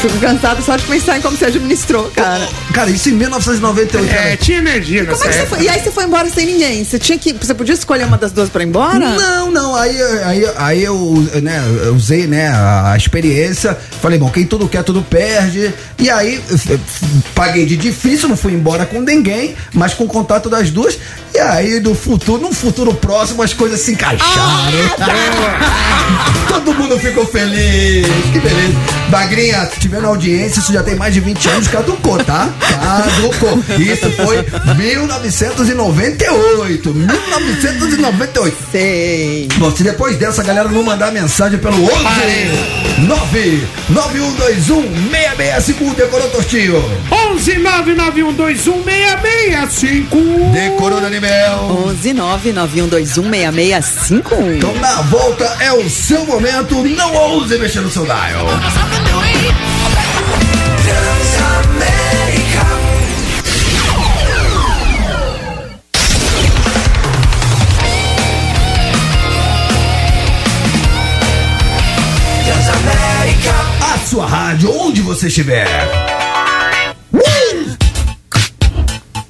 Fico cansada só de pensar em como você administrou, cara. Cara, isso em 1998. É, cara. tinha energia Como nessa é que você época. foi? E aí você foi embora sem ninguém? Você tinha que. Você podia escolher uma das duas pra ir embora? Não, não, aí, aí, aí eu, né, eu usei né, a, a experiência, falei, bom, quem tudo quer, tudo perde. E aí eu f- f- paguei de difícil, não fui embora com ninguém, mas com o contato das duas. E aí, no futuro, num futuro próximo, as coisas se encaixaram. Todo mundo ficou feliz, que beleza. Bagrinha, tivendo audiência, isso já tem mais de 20 anos, caducou, tá? Caducou. Isso foi 1998. 1998. Sei. Bom, se depois dessa a galera não mandar mensagem pelo 11 9 9121 665 um, decorou Tostinho. 11 991216655. Decorou Danimel. 11 991216651. Então na volta é o seu momento, não ouse mexer no seu dial. A sua rádio, onde você estiver. Uh!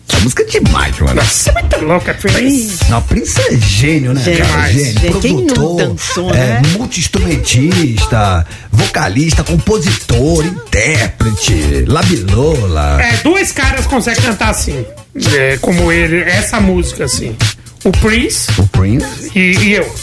Essa música é demais, mano. Você é muito louca, Feliz. Não, Prince é gênio, né? Gênio, cara? gênio. Quem não produtor, dançou, né? é, multi-instrumentista, vocalista, compositor, intérprete, labilola. É, dois caras conseguem cantar assim. É, como ele, essa música assim. o Prince O Prince. e, e eu.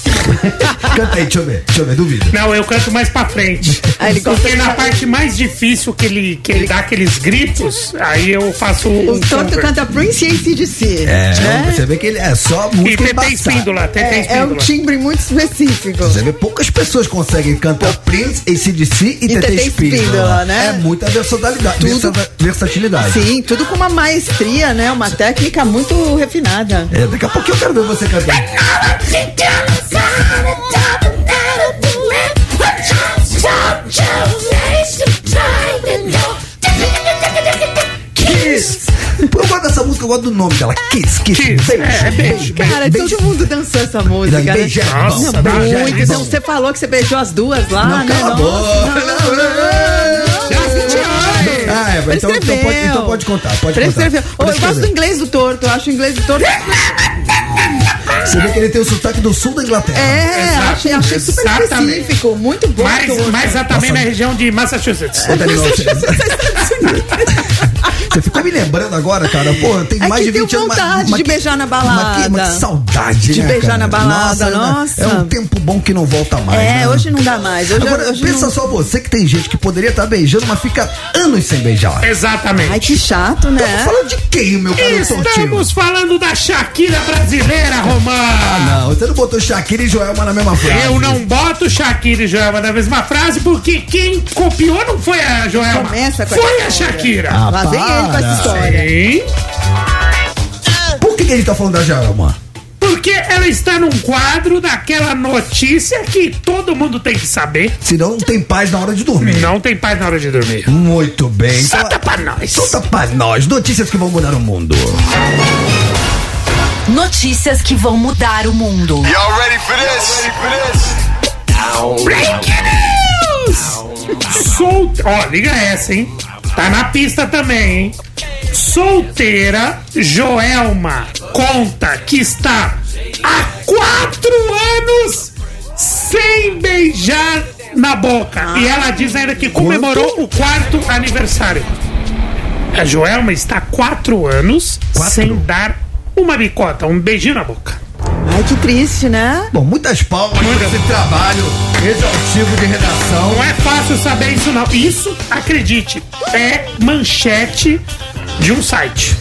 Canta aí, deixa eu ver. Deixa eu ver, duvido. Não, eu canto mais pra frente. Ah, ele gosta Porque de- na parte mais difícil que ele, que ele dá aqueles gritos, aí eu faço O um Toto cover. canta né? Prince e ACDC. É, você vê que ele é só E música TT embaçada. Espíndola, TT É, é um Espíndola. timbre muito específico. Você vê, poucas pessoas conseguem cantar Prince, ACDC e, e TT TT Espíndola. Espíndola, né? É muita versatilidade. versa- versatilidade. Sim, tudo com uma maestria, né? Uma técnica muito refinada. É, daqui a pouco eu quero ver você cantar. Kiss! Eu gosto dessa música, eu gosto do nome dela. Kiss, Kiss. Kiss, Beijo, é, é beijo, Cara, todo mundo dançou essa música, né? Beijo é bom. Nossa, Beijo é muito, bom. Muito. Então, você falou que você beijou as duas lá, Não, né? cala a Nossa. boca. Ah, é, então, Ah, Prescreveu. então, pode, então pode contar, pode Prescreveu. Ô, contar. eu gosto do Prescreveu. inglês do torto, eu acho o inglês do torto. Você vê que ele tem o sotaque do Ah, sul da Inglaterra. É, Exato, achei, achei super exatamente. específico, muito bom. Mas, torto. mas também Nossa. na região de Massachusetts. Ô, Danilo, você, você ficou me lembrando agora, cara. Porra, tem É mais que de 20 deu anos. vontade de que- beijar na Mas que, mas que balada. saudade, De né, beijar cara? na balada, nossa. É um tempo bom que não volta mais. É, né? hoje não dá mais. Hoje, Agora, hoje pensa não... só você que tem gente que poderia estar beijando, mas fica anos sem beijar. Exatamente. Ai, que chato, né? Então, Fala de quem, meu caro Tortinho? Estamos falando da Shakira brasileira, Romã. Ah, Não, você não botou Shakira e Joelma na mesma frase. Eu não boto Shakira e Joelma na mesma frase porque quem copiou não foi a Joelma. Começa com a foi a Shakira. Shakira. Ah, Lá vem ele com para. essa história. Sim. Por que, que ele tá falando da Joelma? Porque ela está num quadro daquela notícia que todo mundo tem que saber. Senão não tem paz na hora de dormir. Não tem paz na hora de dormir. Muito bem. Então, Solta pra nós. Solta pra nós notícias que vão mudar o mundo. Notícias que vão mudar o mundo. Y'all ready for this? Break news! Solte... Ó, liga essa, hein? Tá na pista também, hein? Solteira Joelma conta que está há quatro anos sem beijar na boca. E ela diz ainda que comemorou o quarto aniversário. A Joelma está há quatro anos Quatro? sem dar uma bicota, um beijinho na boca. Ai, que triste, né? Bom, muitas palmas por esse trabalho exaustivo de redação. Não é fácil saber isso, não. Isso, acredite, é manchete de um site.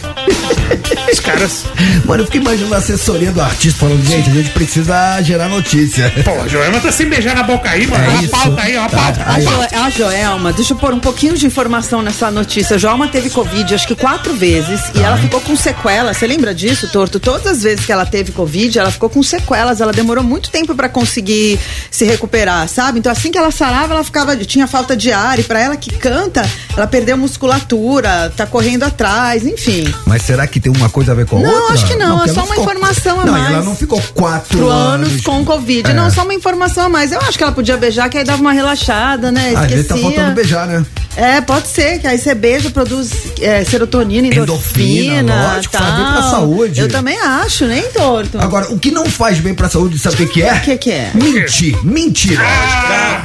Os caras. Mano, eu fico imaginando a assessoria do artista falando, gente, a gente precisa gerar notícia. Pô, a Joelma tá se beijando na boca aí, mano. É Olha a isso. pauta aí, ó, a pauta. Tá. A, Jo- a Joelma, deixa eu pôr um pouquinho de informação nessa notícia. A Joelma teve Covid, acho que quatro vezes, e ela ficou com sequelas. Você lembra disso, Torto? Todas as vezes que ela teve Covid, ela ficou com sequelas. Ela demorou muito tempo pra conseguir se recuperar, sabe? Então, assim que ela sarava, ela ficava. tinha falta de ar, e pra ela que canta, ela perdeu musculatura, tá correndo atrás, enfim. Mas será que tem uma coisa a ver com a Não, outra? acho que não, porque é só ela uma informação a não, mais. ela não ficou quatro Quatro anos, anos com Covid. Ah, É. Não, só uma informação a mais. Eu acho que ela podia beijar, que aí dava uma relaxada, né? Às vezes Esquecia. tá faltando beijar, né? É, pode ser, que aí você beija, produz é, serotonina, Endorfina, endorfina. lógico, tal. faz bem pra saúde. Eu também acho, né? Então, nem É, ah, torto. Agora, o que não faz bem pra saúde, sabe o que, que é? O que que é? Mentir, mentira.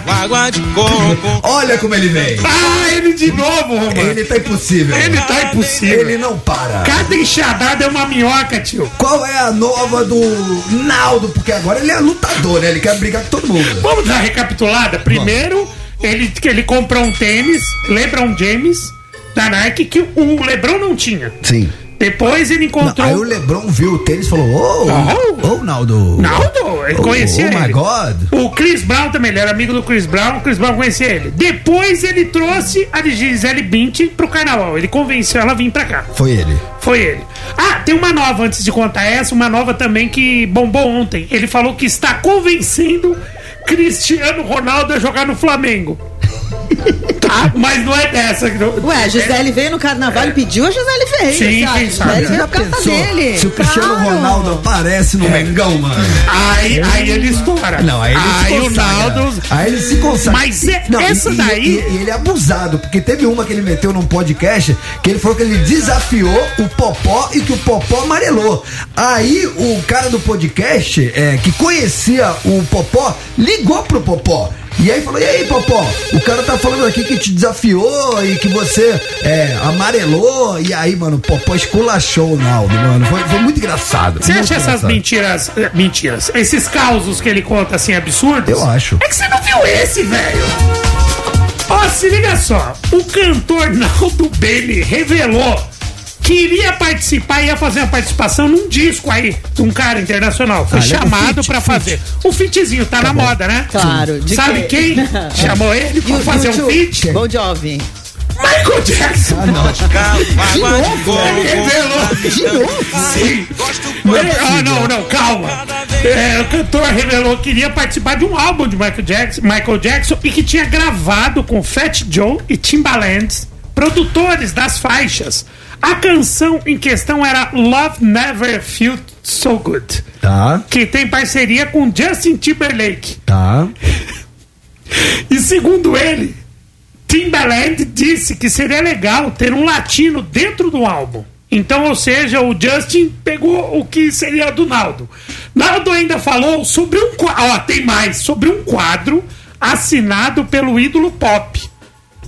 Água de coco. Olha como ele vem. Ah, ele de novo, Romano. Ele, Ele tá impossível. tá impossível. Ele não para. Cada enxadada é uma minhoca, tio. Qual é a nova do Naldo? Porque agora ele é lutador, né? Ele quer brigar com todo mundo. Vamos dar uma recapitulada? Primeiro, ele, que ele comprou um tênis, LeBron James, da Nike, que o Lebron não tinha. Sim. Depois ele encontrou. Aí o Lebron viu o tênis e falou: Ô, Ah. ô, Naldo. Naldo, ele Oh, conhecia oh my ele. God. O Chris Brown também, ele era amigo do Chris Brown, o Chris Brown conhecia ele. Depois ele trouxe a Gisele Bündchen pro carnaval, ele convenceu ela a vir pra cá. Foi ele. Foi ele. Ah, tem uma nova antes de contar essa, uma nova também que bombou ontem. Ele falou que está convencendo Cristiano Ronaldo a jogar no Flamengo. tá? Mas não é dessa. que É. não- Ué, a Gisele veio no carnaval É. e pediu, a Gisele veio. Sim, sabe? quem sabe? A Gisele veio Já por causa pensou dele. Se o Cristiano Claro. Ronaldo aparece no Mengão, mano. É. Aí, aí ele estoura. Não, aí ele se o consagra. Naldo. Aí ele se consagra. Mas E- é- e- essa e- daí- E, e ele é abusado, porque teve uma que ele meteu num podcast que ele falou que ele desafiou o Popó e que o Popó amarelou. Aí o cara do podcast, é, que conhecia o Popó, ligou pro Popó. E aí falou: e aí, Popó? O cara tá falando aqui que te desafiou e que você é, amarelou. E aí, mano, o Popó esculachou o Naldo, mano. Foi, foi muito engraçado. Você Muito acha essas engraçado. mentiras. eh, Mentiras. Esses causos que ele conta assim absurdos? Eu acho. É que você não viu esse, velho? Ó, se liga só. O cantor Naldo Bene revelou que iria participar, ia fazer uma participação num disco aí, de um cara internacional. Foi Ah, legal. chamado Feat, pra fazer. O fitzinho tá, na moda, né? Claro, de Sabe quê? quem? Chamou ele pra fazer um feat? Bom jovem. Michael Jackson! Ah, Água de coco. Sim. Gosto Não, ah, não, não, calma. É, o cantor revelou que iria participar de um álbum de Michael Jackson, Michael Jackson e que tinha gravado com Fat Joe e Timbaland, produtores das faixas. A canção em questão era Love Never Felt So Good, Tá, que tem parceria com Justin Timberlake. tá. E segundo ele, Timbaland disse que seria legal ter um latino dentro do álbum. Então, ou seja, o Justin pegou o que seria do Naldo. Naldo ainda falou sobre um quadro. Ó, tem mais, sobre um quadro assinado pelo ídolo pop,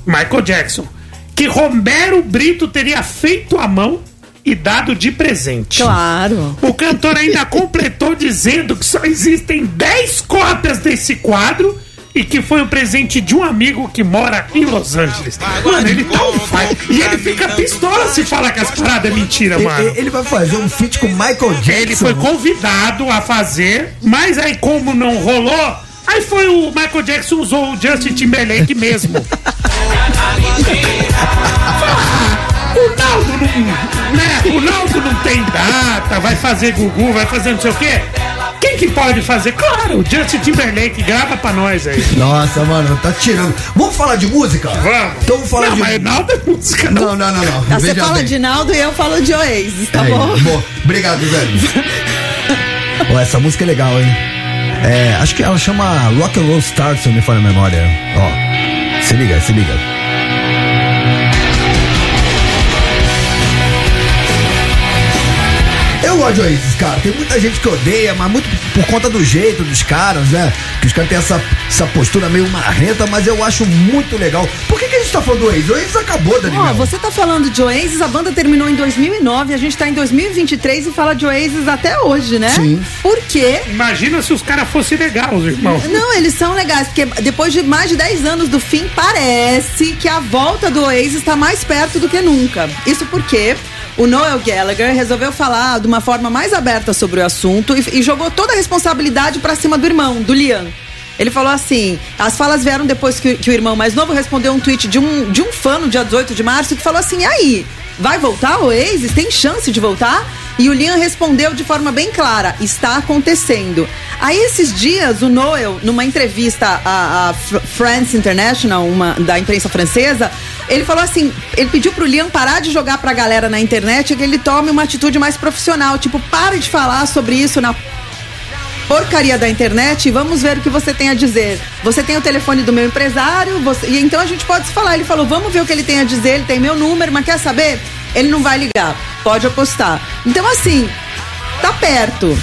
Michael Jackson, que Romero Brito teria feito à mão e dado de presente. Claro. O cantor ainda completou dizendo que só existem 10 cópias desse quadro e que foi um presente de um amigo que mora em Los Angeles. Mano, ele tá um pai. E ele fica pistola se falar que as paradas é mentira, E- mano. e- Ele vai fazer um feat com Michael Jackson. Ele foi convidado a fazer, mas aí como não rolou, aí foi o Michael Jackson usou o Justin Timberlake mesmo. Ah, O Naldo não, né? O Naldo não tem data, vai fazer Gugu, vai fazer não sei o quê. Quem que pode fazer? Claro, o Justin Timberlake grava pra nós aí. Nossa, mano, tá tirando. Vamos falar de música? Vamos. Então vamos falar não, de. mas Naldo é música, não. Não, não, não, não. Tá, você Veja fala bem. de Naldo e eu falo de Oasis, tá Aí, bom? bom. Obrigado, velho. Ó, essa música é legal, hein? É, acho que ela chama Rock and Roll Star, se não me falha a memória. Ó, se liga, se liga. Eu gosto de Oasis, cara. Tem muita gente que odeia, mas muito por conta do jeito dos caras, né? Que os caras têm essa, essa postura meio marreta, mas eu acho muito legal. Por que, que a gente tá falando do Oasis? O Oasis acabou, Daniel. Ó, você tá falando de Oasis, a banda terminou em 2009, a gente tá em 2023 e fala de Oasis até hoje, né? Sim. Por quê? Imagina se os caras fossem legais, os irmãos. Não, eles são legais, porque depois de mais de 10 anos do fim, parece que a volta do Oasis está mais perto do que nunca. Isso porque o Noel Gallagher resolveu falar de uma forma mais aberta sobre o assunto e, e jogou toda a responsabilidade pra cima do irmão, do Liam. Ele falou assim: as falas vieram depois que, que o irmão mais novo respondeu um tweet de um, de um fã no dia 18 de março que falou assim: "E aí, vai voltar o Oasis? Tem chance de voltar? E o Liam respondeu de forma bem clara: está acontecendo. Aí, esses dias, o Noel, numa entrevista à, à Fr- France International, uma da imprensa francesa, ele falou assim: ele pediu pro Liam parar de jogar pra galera na internet e que ele tome uma atitude mais profissional. Tipo, para de falar sobre isso na porcaria da internet e vamos ver o que você tem a dizer. Você tem o telefone do meu empresário, você- e então a gente pode se falar. Ele falou: vamos ver o que ele tem a dizer, ele tem meu número, mas quer saber? Ele não vai ligar, pode apostar. Então, assim, tá perto.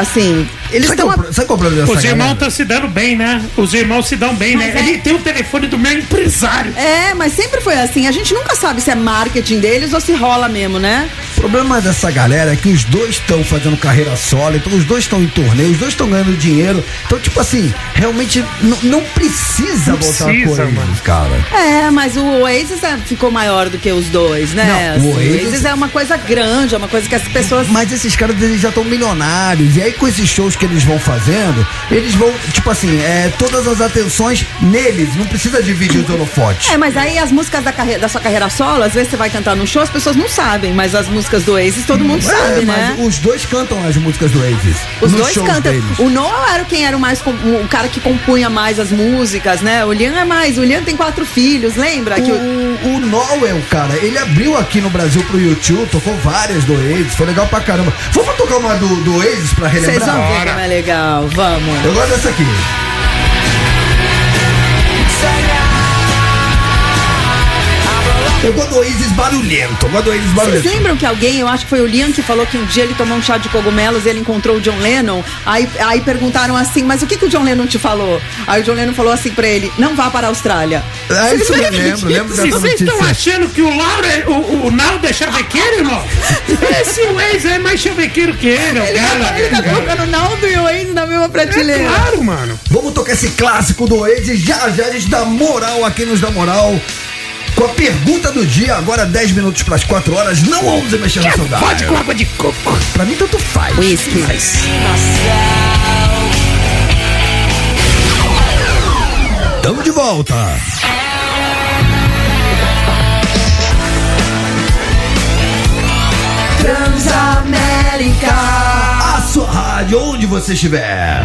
Assim, eles Sabe estão. qual, é o pro- sabe qual é o problema dessa Os irmãos galera? estão se dando bem, né? Os irmãos se dão bem, né? Ele tem o telefone do meu empresário. É, mas sempre foi assim. A gente nunca sabe se é marketing deles ou se rola mesmo, né? O problema dessa galera é que os dois estão fazendo carreira solo, então os dois estão em torneio, os dois estão ganhando dinheiro. Então, tipo assim, realmente n- não precisa Não voltar precisa, com mano. eles, cara. É, mas o Oasis é, ficou maior do que os dois, né? Não, o Assim, Oasis- é uma coisa grande, é uma coisa que as pessoas. Mas esses caras eles já estão milionários. E aí, com esses shows que eles vão fazendo, eles vão, tipo assim, é, todas as atenções neles. Não precisa dividir os holofotes. É, mas aí as músicas da, carre- da sua carreira solo, às vezes você vai cantar num show, as pessoas não sabem, mas as músicas do Oasis todo mundo sabe, É, né? mas os dois cantam as músicas do Aces. Os dois cantam. O Noah era quem era o mais com- o cara que compunha mais as músicas, né? O Liam é mais. O Liam tem quatro filhos, lembra? Que o- O, o Noel, cara, ele abriu aqui no Brasil pro YouTube, tocou várias do Oasis, foi legal pra caramba. Vamos tocar uma do, do Oasis pra Vocês vão relembrar? ver como é legal. Vamos. Eu gosto dessa aqui. Sunrise, I'm alive. Eu gosto do Oasis barulhento. Eu gosto do Oasis Vocês barulhento. lembram que alguém, eu acho que foi o Liam, que falou que um dia ele tomou um chá de cogumelos e ele encontrou o John Lennon? Aí, aí perguntaram assim, mas o que, que o John Lennon te falou? Aí o John Lennon falou assim pra ele, não vá para a Austrália. É isso mesmo, lembro, lembro Se dessa vocês notícia. estão achando que o Laura, é- o, o Naldo é chavequeiro, irmão, esse Waze é mais chavequeiro que ele, é o Ele tá, ele tá Gala. colocando o Naldo e o Enzo na mesma É prateleira. claro, mano. Vamos tocar esse clássico do Oasis. Já já a gente dá moral aqui nos dá moral. Com a pergunta do dia, agora 10 minutos para as 4 horas. Não ouse mexer no celular. Pode com água de coco. Pra mim, tá tanto faz. Whisky. Tamo de volta. Transamérica. A sua rádio, onde você estiver.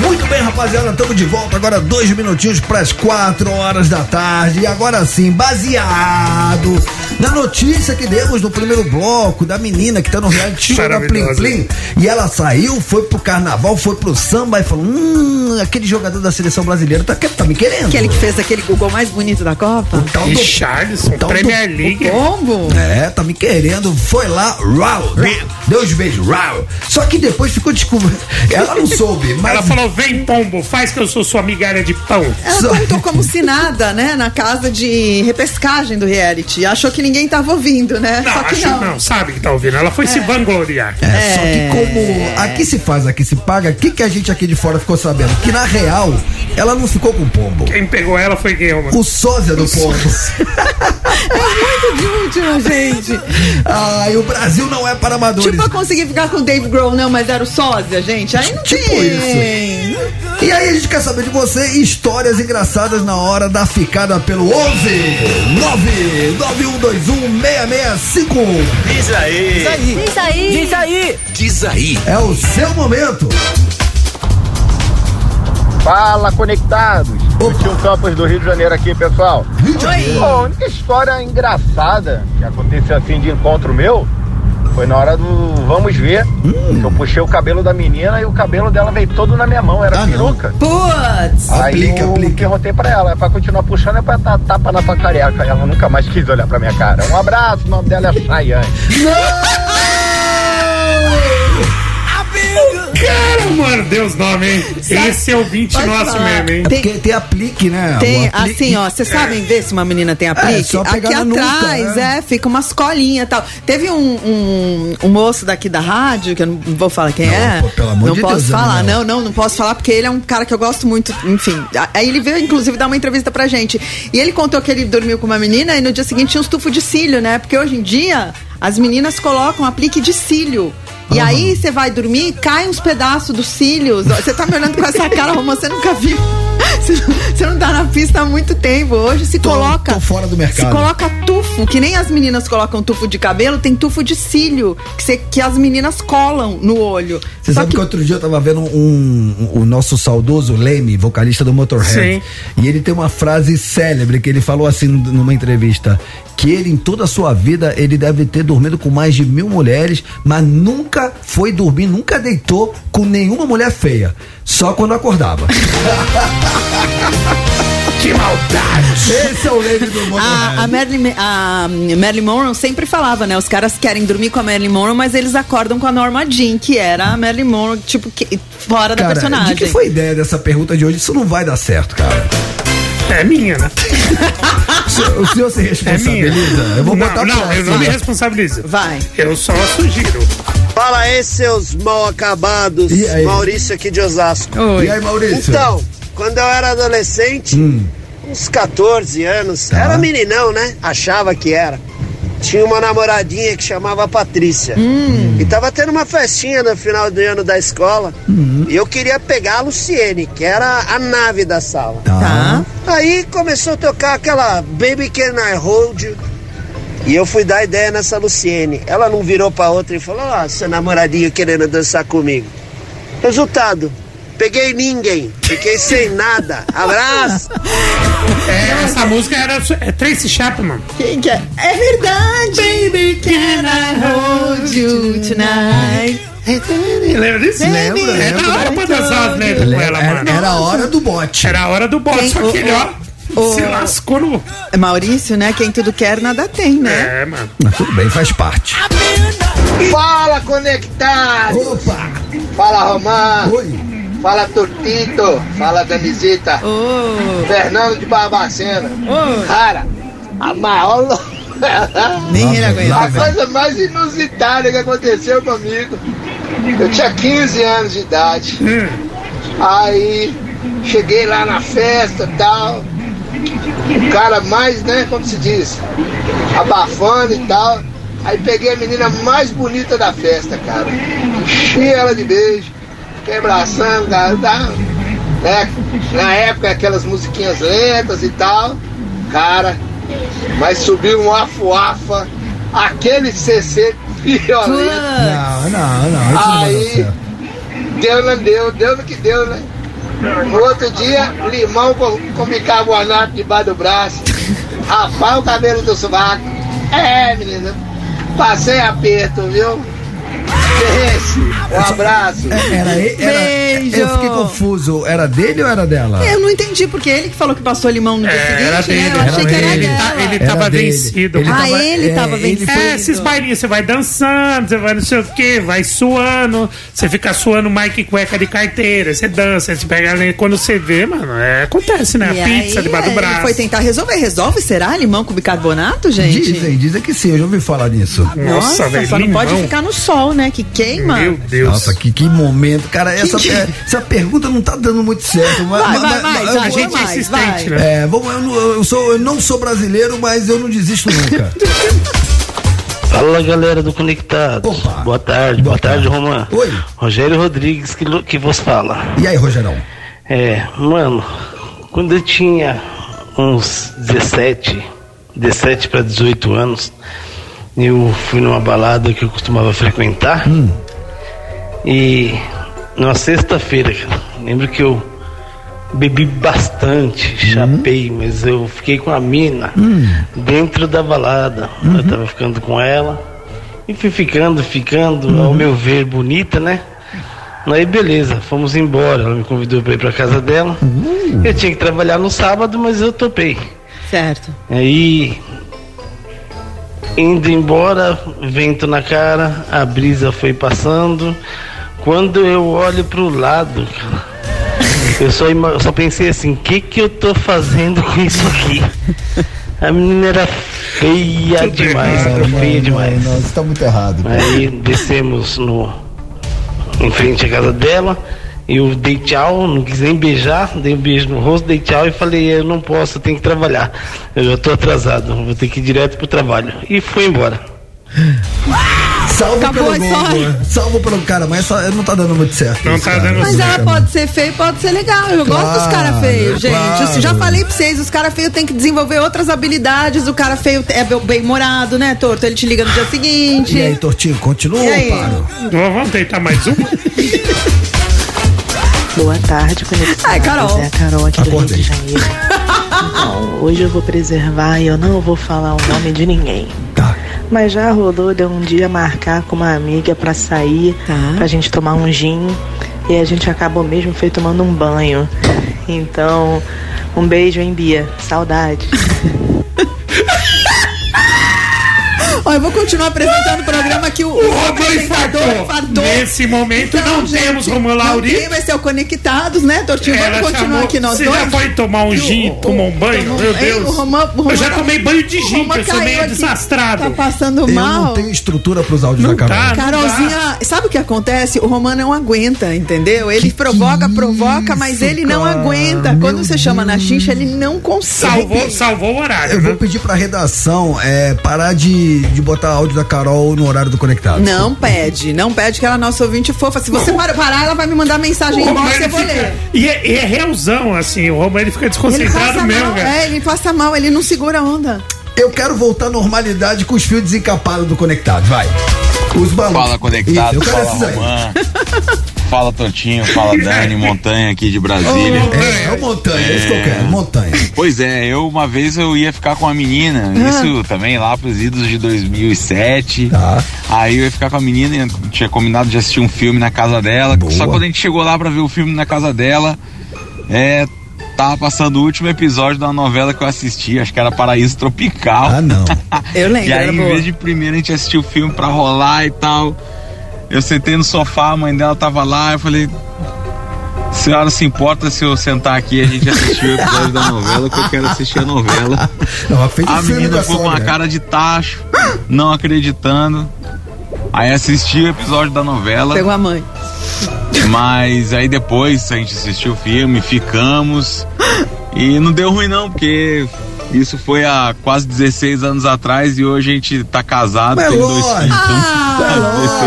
Muito bem, rapaziada, estamos de volta. Agora dois minutinhos para as quatro horas da tarde. E agora sim, baseado na notícia que demos no primeiro bloco da menina que tá no reality show da Plim Maravilhosa. Plim. E ela saiu, foi pro carnaval, foi pro samba e falou: Hum, aquele jogador da seleção brasileira tá, que- tá me querendo. Aquele que fez aquele Google mais bonito da Copa. Tal do- Richardson, tal do- Premier League. Pombo. Então, É, tá me querendo. Foi lá, Né? rau, deu os beijos, rau. Só que depois ficou descobrindo. Ela não soube, mas. Ela falou, vem pombo, faz que eu sou sua migalha de pão. Ela Só- contou como se nada, né? Na casa de repescagem do reality. Achou que ninguém tava ouvindo, né? Não, Só que acho não. sabe que tá ouvindo. Ela foi se vangloriar. É, só que como aqui se faz, aqui se paga, o que, que a gente aqui de fora ficou sabendo? Que na real, ela não ficou com o pombo. Quem pegou ela foi Guilherme. O sósia do pombo. Muito de última, gente. Ai, o Brasil não é para amadores. Tipo, eu consegui ficar com o Dave Grohl, não, mas era o sósia, gente. Aí não Tipo tem. E aí a gente quer saber de você histórias engraçadas na hora da ficada pelo 11 99121 6651. Diz aí. Diz aí. Diz aí. Diz aí. É o seu momento. Fala, conectados! O tio Campos do Rio de Janeiro aqui, pessoal. Rio de Bom, a única história engraçada que aconteceu assim de encontro meu foi na hora do Vamos Ver. que Eu puxei o cabelo da menina e o cabelo dela veio todo na minha mão, era Ah, não. peruca. Putz. Aí Aplica, eu aplica. perguntei pra ela, é pra continuar puxando é pra dar tapa na tua careca. Ela nunca mais quis olhar pra minha cara. Um abraço, o nome dela é Chayane. Cara, mano, Deus nome, hein? Esse é o 20 Pode nosso falar. mesmo, hein? É porque tem aplique, né? Tem, O aplique- assim, ó, vocês sabem ver se uma menina tem aplique? É, só pegar Aqui na nuca, atrás, né? é, fica umas colinhas e tal. Teve um, um, um moço daqui da rádio, que eu não vou falar quem é. pô, pelo amor não de posso Deus, falar, Ana. não, não, não posso falar, porque ele é um cara que eu gosto muito, enfim. Aí ele veio, inclusive, dar uma entrevista pra gente. E ele contou que ele dormiu com uma menina e no dia seguinte tinha um estufo de cílio, né? Porque hoje em dia, as meninas colocam aplique de cílio. E aí você vai dormir, cai uns pedaços dos cílios. Você tá me olhando com essa cara, Romã, você nunca viu. Você não- Você não tá na pista há muito tempo. Hoje se Tô- coloca. tô fora do Se mercado. coloca tufo, que nem as meninas colocam tufo de cabelo, tem tufo de cílio, que, você- que as meninas colam no olho. Você Só sabe que... outro dia eu tava vendo um, um- o nosso saudoso Leme, vocalista do Motorhead. Sim. E ele tem uma frase célebre que ele falou assim numa entrevista. Que ele, em toda a sua vida, ele deve ter dormido com mais de mil mulheres, mas nunca foi dormir, nunca deitou com nenhuma mulher feia. Só quando acordava. Que maldade! Esse é o Leme do Motorhead. A, a Marilyn, a Marilyn Monroe sempre falava, né? Os caras querem dormir com a Marilyn Monroe, mas eles acordam com a Norma Jean, que era a Marilyn Monroe, tipo, que- fora da Cara, personagem. de que foi a ideia dessa pergunta de hoje? Isso não vai dar certo, cara. É minha, né? O senhor, o senhor se É minha. responsabiliza. Eu vou botar não, não, pra eu não me responsabilizo. Vai. Eu só sugiro. Fala aí, seus mal acabados. E aí? Maurício aqui de Osasco. E aí, Maurício? Então, quando eu era adolescente, uns 14 anos, Tá. era meninão, né? Achava que era. Tinha uma namoradinha que chamava Patrícia. Hum. E tava tendo uma festinha no final do ano da escola. Uhum. E eu queria pegar a Luciene, que era a nave da sala. Tá. Tá. Aí começou a tocar aquela Baby Can I Hold You. E eu fui dar ideia nessa Luciene. Ela não virou pra outra e falou: Ó, seu namoradinho querendo dançar comigo. Resultado: peguei ninguém, fiquei sem nada. Abraço! É, essa música era su- é Tracy Chapman. Quem que é? É verdade! Baby, can I hold you tonight? Lembra disso? Lembro, Era lembro. a hora pra dançar as letras com ela, Era, mano. era a hora do bote. Era a hora do bote, Quem- é, só que ele, ó, o- se o- lascou no. Maurício, né? Quem tudo quer, nada tem, né? É, mano. Mas tudo bem, faz parte. Fala, conectado! Opa! Fala, Romar! Oi! Fala, Tortito! Fala, Danizita! Ô, Fernando de Barbacena! ô, Cara, a maior. lo- nem Lá ele vem, aguenta. lá a coisa mais inusitada que aconteceu comigo. Eu tinha 15 anos de idade. Hum. Aí cheguei lá na festa e tal. O cara mais, né, como se diz, abafando e tal. Aí peguei a menina mais bonita da festa, cara. Enchi ela de beijo, fiquei abraçando, cara. Tá, né? Na época aquelas musiquinhas lentas e tal. Cara, mas subiu um afuafa, aquele CC violento. Putz. Não, não, não. Isso não é vai dar Aí. certo. Deu, não deu, deu no que deu, né? No outro dia, limão com, com bicarbonato debaixo do braço. Rapaz, o cabelo do sovaco. É, menina. Passei aperto, viu? Esse, um abraço. É, Era, e- era, Beijo. É Eu fiquei confuso. Era dele ou era dela? Eu não entendi, porque ele que falou que passou limão no dia É, era seguinte, né? dele. Eu achei que era dele. Ele, tá- dela. ele Era tava dele. vencido. Ele Ah, tava- ele é, tava ele vencido. É, esses bailinhos, você vai dançando, você vai não sei o que, vai suando, você fica suando Mike cueca de carteira, você dança, você pega a lenha, quando você vê, mano, é, acontece, né? E A aí, é, pizza debaixo do ele braço. Foi tentar resolver. Resolve? Será limão com bicarbonato, gente? Dizem, dizem que sim. Eu já ouvi falar nisso. Nossa, Nossa, velho, só não limão. pode ficar no sol, né? Que queima. Meu Deus. Nossa, que, que momento. Cara, essa, Que- é, essa pergunta não tá dando muito certo. mas- Vai, mas- vai, mas- vai, eu já, vou- a gente é vai, vai. insistente, né? É, vamos, eu, não- eu sou, eu não sou brasileiro, mas eu não desisto nunca. Fala galera do Conectados. Opa. Boa tarde, Boa boa, tarde, Romã. Oi. Rogério Rodrigues que, lo- que vos fala. E aí, Rogerão? É, mano, quando eu tinha uns 17, 17 para 18 anos, eu fui numa balada que eu costumava frequentar. Hum. E numa sexta-feira, cara, lembro que eu bebi bastante, Hum. chapei, mas eu fiquei com a mina Hum. dentro da balada. Eu tava ficando com ela e fui ficando, ficando, ao meu ver, bonita, né? Aí beleza, fomos embora. Ela me convidou pra ir pra casa dela. Eu tinha que trabalhar no sábado, mas eu topei. Certo. Aí, indo embora, vento na cara, a brisa foi passando. Quando eu olho pro lado, cara, eu só, ima- eu só pensei assim: o que, que eu tô fazendo com isso aqui? A menina era feia Tudo demais, errado, era feia demais. Ah, É Não, você tá muito errado. Aí descemos no em frente à casa dela. Eu dei tchau, não quis nem beijar, dei um beijo no rosto, dei tchau e falei, eu não posso, eu tenho que trabalhar. Eu já tô atrasado, vou ter que ir direto pro trabalho. E foi embora. Salvo Acabou pelo a história. Google. Salvo pelo cara, mas essa, não tá dando muito certo. Não isso, tá cara. dando Mas ela pode ser feia, e pode ser legal. Eu gosto dos caras feios, gente. claro. Eu já falei pra vocês, os caras feios têm que desenvolver outras habilidades. O cara feio é bem-morado, né, Torto? Ele te liga no dia seguinte. E aí, Tortinho, continua E aí? ou paro? Vamos- Vamos tentar mais um? Boa tarde, conectados. Ai, Carol. É a Carol aqui Acordei. do Rio de Janeiro. Então, hoje eu vou preservar e eu não vou falar o nome de ninguém. Tá. Mas já rolou de eu um dia marcar com uma amiga pra sair, Tá. pra gente tomar um gin. E a gente acabou mesmo foi tomando um banho. Então, um beijo, hein, Bia? Saudade. Ó, eu vou continuar apresentando o programa que o, O Romã apresentador Então, infartou. Nesse momento não temos Romã Lauri. Quem vai ser o Conectados, né, Tortinho? Ela Vamos continuar chamou- aqui nós Você dois. já foi tomar um E o- gin, o- tomar um banho? tomou- Meu Ei, Deus. o Romã- o Romã eu já tá- tomei banho de gin, Roma porque eu sou caiu meio aqui. desastrado. Tá passando Eu mal. não tenho estrutura pros áudios da Carol. tá. Carolzinha, sabe o que acontece? O Romã não aguenta, entendeu? Ele provoca, provoca, mas ele não cara? aguenta. Meu Quando você chama na xincha, ele não consegue. Salvou, salvou o horário, Eu vou né? pedir pra redação é, parar de, de botar áudio da Carol no horário do conectado. Não pede, não pede que ela é nossa ouvinte fofa. Se você para- parar, ela vai me mandar mensagem O Romã, embora, eu ele vou é fica, ler. e, é, e é realzão, assim, o Romã ele fica Ele desconcentrado passa mesmo, mal, velho. é, ele passa mal, ele não segura a onda. Eu quero voltar à normalidade com os fios desencapados do conectado, vai. Os balões. Fala Isso, conectado, eu quero fala esses aí. Romã. Fala Totinho, fala Dani, Montanha aqui de Brasília. É, é o Montanha, é isso que eu quero, Montanha. Pois é, eu uma vez eu ia ficar com uma menina, Ah. isso também lá pros idos de 2007. Tá. Aí eu ia ficar com a menina, e tinha combinado de assistir um filme na casa dela. Só quando a gente chegou lá pra ver o filme na casa dela, é, tava passando o último episódio da novela que eu assisti, acho que era Paraíso Tropical. Ah, não. Eu lembro, E aí, era em boa. vez de primeiro a gente assistiu o filme pra rolar e tal. Eu sentei no sofá, a mãe dela tava lá, eu falei. Senhora, se importa se eu sentar aqui e a gente assistir o episódio da novela, que eu quero assistir a novela. Não, mas fez o a filme menina da foi com uma sogra. cara de tacho, não acreditando. Aí assisti o episódio da novela. Pegou a mãe. Mas aí depois a gente assistiu o filme, ficamos. E não deu ruim não, porque isso foi há quase 16 anos atrás e hoje a gente tá casado, Mas é tem dois lógico. Ah, tá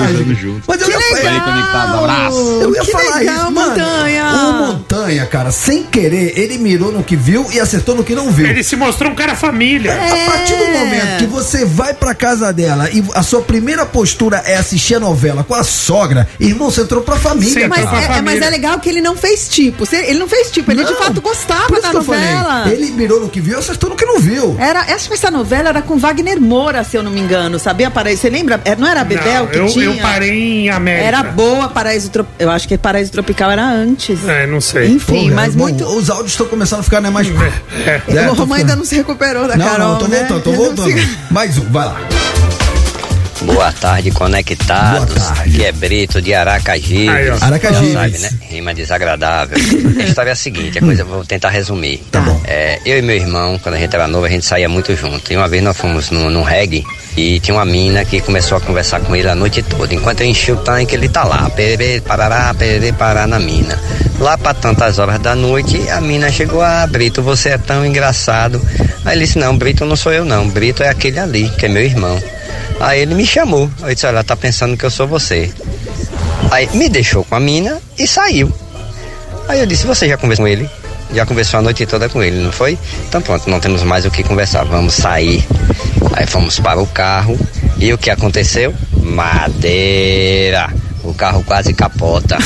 filhos. Então, quase 16 anos juntos. Mas eu já falei. Aí conectado, Um abraço. Eu ia Oh, Que falar legal, isso, mano. Montanha. O Montanha, cara, sem querer, ele mirou no que viu e acertou no que não viu. Ele se mostrou um cara família. É. A partir do momento que você vai pra casa dela e a sua primeira postura é assistir a novela com a sogra, irmão, você entrou pra família, mas, cara. é, é, mas é legal que ele não fez tipo. Se- Ele não fez tipo, ele de fato Por gostava isso da que eu falei, novela. ele mirou no que viu e acertou no que não viu. Era, acho que essa novela era com Wagner Moura, se eu não me engano, sabia? Paraíso, você lembra? É, Não era Bebel Não, que eu- tinha? eu parei em América. Era boa Paraíso Tropical. Eu acho que Paraíso Tropical era antes. É, não sei. Enfim, Pô, mas bom, muito... Os áudios estão começando a ficar, né, mais... O É, tô Roma ficando- ainda não se recuperou da Não, Carol, não, tô né? voltando, tô Ele não se- voltando. Mais um, vai lá. Boa tarde, conectados. Aqui é Brito de Aracajibes. Aí, ó. Aracajibes. Sabe, né? Rima desagradável. a história é a seguinte, a coisa, vou tentar resumir. Tá bom. eu e meu irmão, quando a gente era novo, a gente saía muito junto. E uma vez nós fomos num, num reggae e tinha uma mina que começou a conversar com ele a noite toda. Enquanto eu enchi o tanque, ele tá lá. Pererê, parará, pererê, pará na mina. Lá pra tantas horas da noite, a mina chegou, ah, Brito, você é tão engraçado. Aí ele disse, não, Brito não sou eu não. Brito é aquele ali, que é meu irmão. Aí ele me chamou. Eu disse, olha, tá pensando que eu sou você. Aí me deixou com a mina e saiu. Aí eu disse, você já conversou com ele? Já conversou a noite toda com ele, não foi? Então pronto, não temos mais o que conversar, vamos sair. Aí fomos para o carro e o que aconteceu? Madeira! O carro quase capota.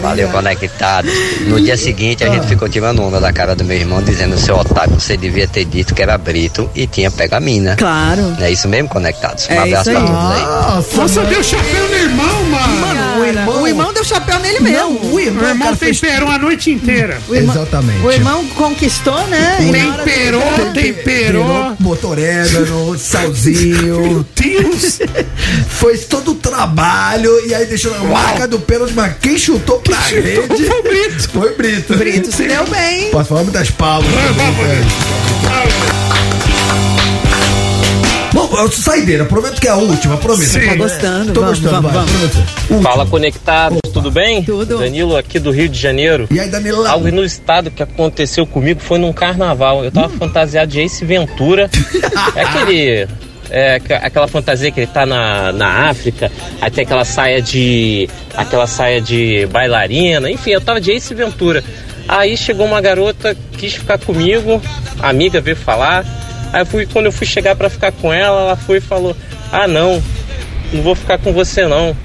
Valeu, conectado. No dia seguinte, a gente ficou tirando onda da cara do meu irmão, dizendo: seu otário, você devia ter dito que era Brito e tinha pego a mina. Claro. É isso mesmo, conectados. Um É abraço pra isso aí. todos aí. Nossa, deu chapéu no irmão, mano. Cara, o, irmão... deu chapéu nele mesmo. o irmão, O irmão temperou a noite inteira. O irmão- Exatamente. O irmão conquistou, né? E na hora- Temperou, temperou. Botou orégano, salzinho. Deus! Fez todo o trabalho e aí deixou a marca do pênalti, mas quem chutou pra rede foi Brito. Foi Brito. Brito se deu bem. Posso falar muitas é palmas. Bom, eu- saideira, prometo que é a última, prometo. Sim. Tô gostando, Tô vamos, gostando, vamos, vai, vamos. prometo. Fala conectados, tudo bem? Tudo. Danilo aqui do Rio de Janeiro. E aí, Danilo? Algo inusitado que aconteceu comigo foi num carnaval. Eu tava Hum. fantasiado de Ace Ventura. é aquele. É, aqua- aquela fantasia que ele tá na, na África, aí tem aquela saia de. aquela saia de bailarina, enfim, eu tava de Ace Ventura. Aí chegou uma garota, quis ficar comigo, a amiga veio falar. Aí eu fui, quando eu fui chegar pra ficar com ela, ela foi e falou: Ah não, não vou ficar com você não.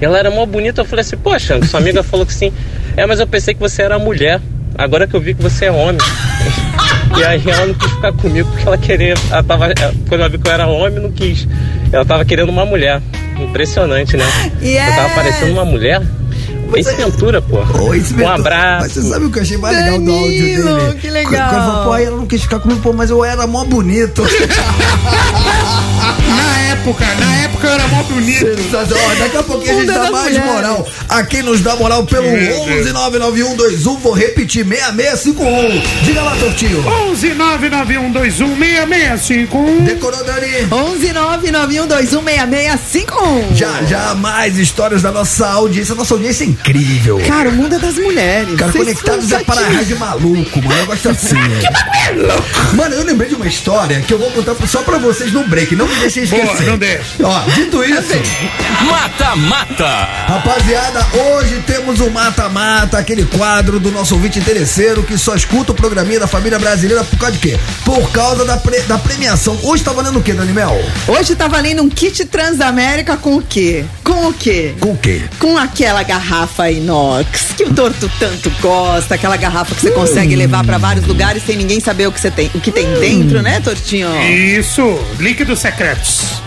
E ela era mó bonita, eu falei assim, poxa, sua amiga falou que sim. É, mas eu pensei que você era mulher. Agora que eu vi que você é homem. E aí ela não quis ficar comigo porque ela queria. Ela tava, ela- quando ela viu que eu era homem, não quis. Ela tava querendo uma mulher. Impressionante, né? Eu tava Yes! parecendo uma mulher. Ace Ventura, pô. Um Mas você abraço. sabe o que eu achei mais legal do Danilo, áudio dele? que legal. Quando ele falou, pô, aí ela não quis ficar comigo, pô, mas eu era mó bonito. Na época, na época eu era mó bonito. Ó, daqui a pouquinho a gente dá mais moral. A quem nos dá moral pelo Meu 1199121, vou repetir, 6651. Diga lá, Tortinho. 11 991216651. Decorou, Dani. 11 991216651. Já, já, mais histórias da nossa audiência. Nossa audiência é incrível. Cara, o mundo é das mulheres. Cara, Vocês conectados são é para a chatinhos. rádio maluco, mano. Eu é gosto assim. mano, eu lembrei de uma história que eu vou contar só pra vocês no break. Não deixa esquecer. Boa, não deixa. Ó, Tá dito isso. Mata, mata. Rapaziada, hoje temos o Mata Mata, aquele quadro do nosso ouvinte interesseiro que só escuta o programinha da família brasileira por causa de quê? Por causa da, pre- da premiação. Hoje tá valendo o quê, Dani Mel? Hoje tá valendo um kit Transamérica com o quê? Com o quê? Com o quê? Com aquela garrafa inox que o torto tanto gosta, aquela garrafa que você consegue levar pra vários lugares sem ninguém saber o que você tem, o que tem dentro, né, tortinho? Isso, líquidos secretos.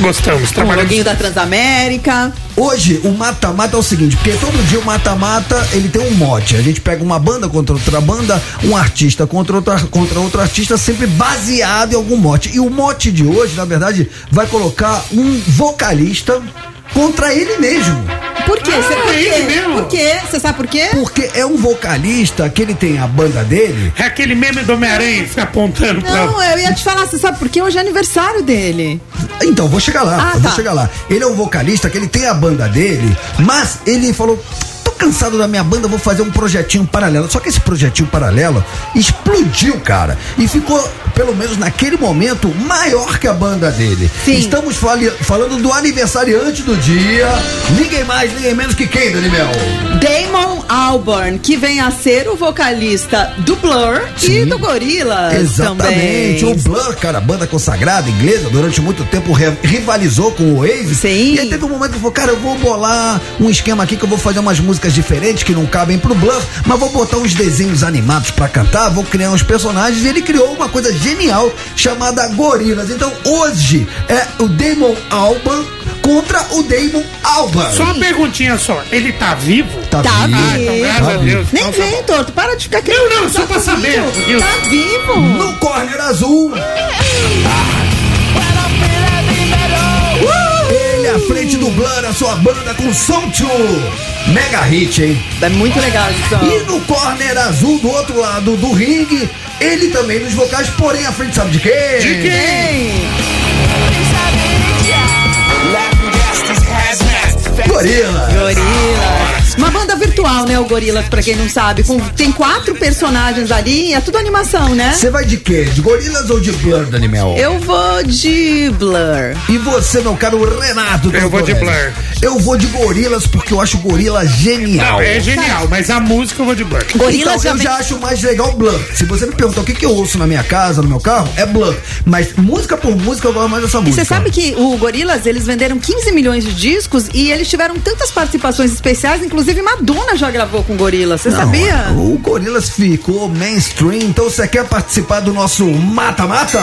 Gostamos, Com o trabalhamos. loguinho Um da Transamérica. Hoje, o mata-mata é o seguinte, porque todo dia o mata-mata, ele tem um mote. A gente pega uma banda contra outra banda, um artista contra, outra, contra outro artista, sempre baseado em algum mote. E o mote de hoje, na verdade, vai colocar um vocalista contra ele mesmo. Por Ah, quê? Você- é por quê? Por quê? Você sabe por quê? Porque é um vocalista que ele tem a banda dele. É aquele meme do Homem-Aranha que fica apontando Não, pra. eu ia te falar, você sabe por quê? Hoje é aniversário dele. Então, vou chegar lá, Ah, eu vou tá. chegar lá. Ele é um vocalista que ele tem a banda dele, mas ele falou: tô cansado da minha banda, vou fazer um projetinho paralelo. Só que esse projetinho paralelo explodiu, cara. E ficou, pelo menos naquele momento, maior que a banda dele. Estamos fali- falando do aniversariante do dia. Ninguém mais, ninguém menos que quem, Daniel? Damon Albarn, que vem a ser o vocalista do Blur e do Gorillaz Exatamente. também. O Blur, cara, banda consagrada inglesa, durante muito tempo re- rivalizou com o Oasis. Sim. E aí teve um momento que falou, cara, eu vou bolar um esquema aqui que eu vou fazer umas músicas diferentes que não cabem pro Blur, mas vou botar uns desenhos animados pra cantar, vou criar uns personagens. E ele criou uma coisa genial chamada Gorilas. Então hoje é o Damon Alban contra o Damon Alban. Só uma perguntinha só. Ele tá vivo? Tá, vivo. Ah, então, graças a Deus. Nem Então tá vem, torto, para de ficar Não, não, só Tá pra saber, vivo, Deus. Tá vivo. É. No corner azul. Ah. Ele à frente do Blur, a sua banda com Soul Two. Mega hit, hein? É muito legal esse som. E no corner azul do outro lado do ringue, ele também nos vocais, porém à frente sabe de quem? De quem? Gorila. Gorilas. Uma banda virtual, né, o Gorilas, pra quem não sabe. Com- tem quatro personagens ali e é tudo animação, né? Você vai de quê? De gorilas ou de Blur, Daniel? Eu vou de Blur. E você, meu caro Renato? Eu vou de Tortorelli? Eu vou de gorilas porque eu acho gorila genial. Não, é genial, mas a música eu vou de Blur. Gorila então, eu já acho mais legal Blur. Se você me perguntar o que, que eu ouço na minha casa, no meu carro, é Blur. Mas música por música eu gosto mais dessa E música. você sabe que o Gorilas, eles venderam 15 milhões de discos e eles tiveram tantas participações especiais, inclusive Madonna já gravou com Gorilas, você Não, sabia? O Gorilas ficou mainstream, então você quer participar do nosso mata-mata?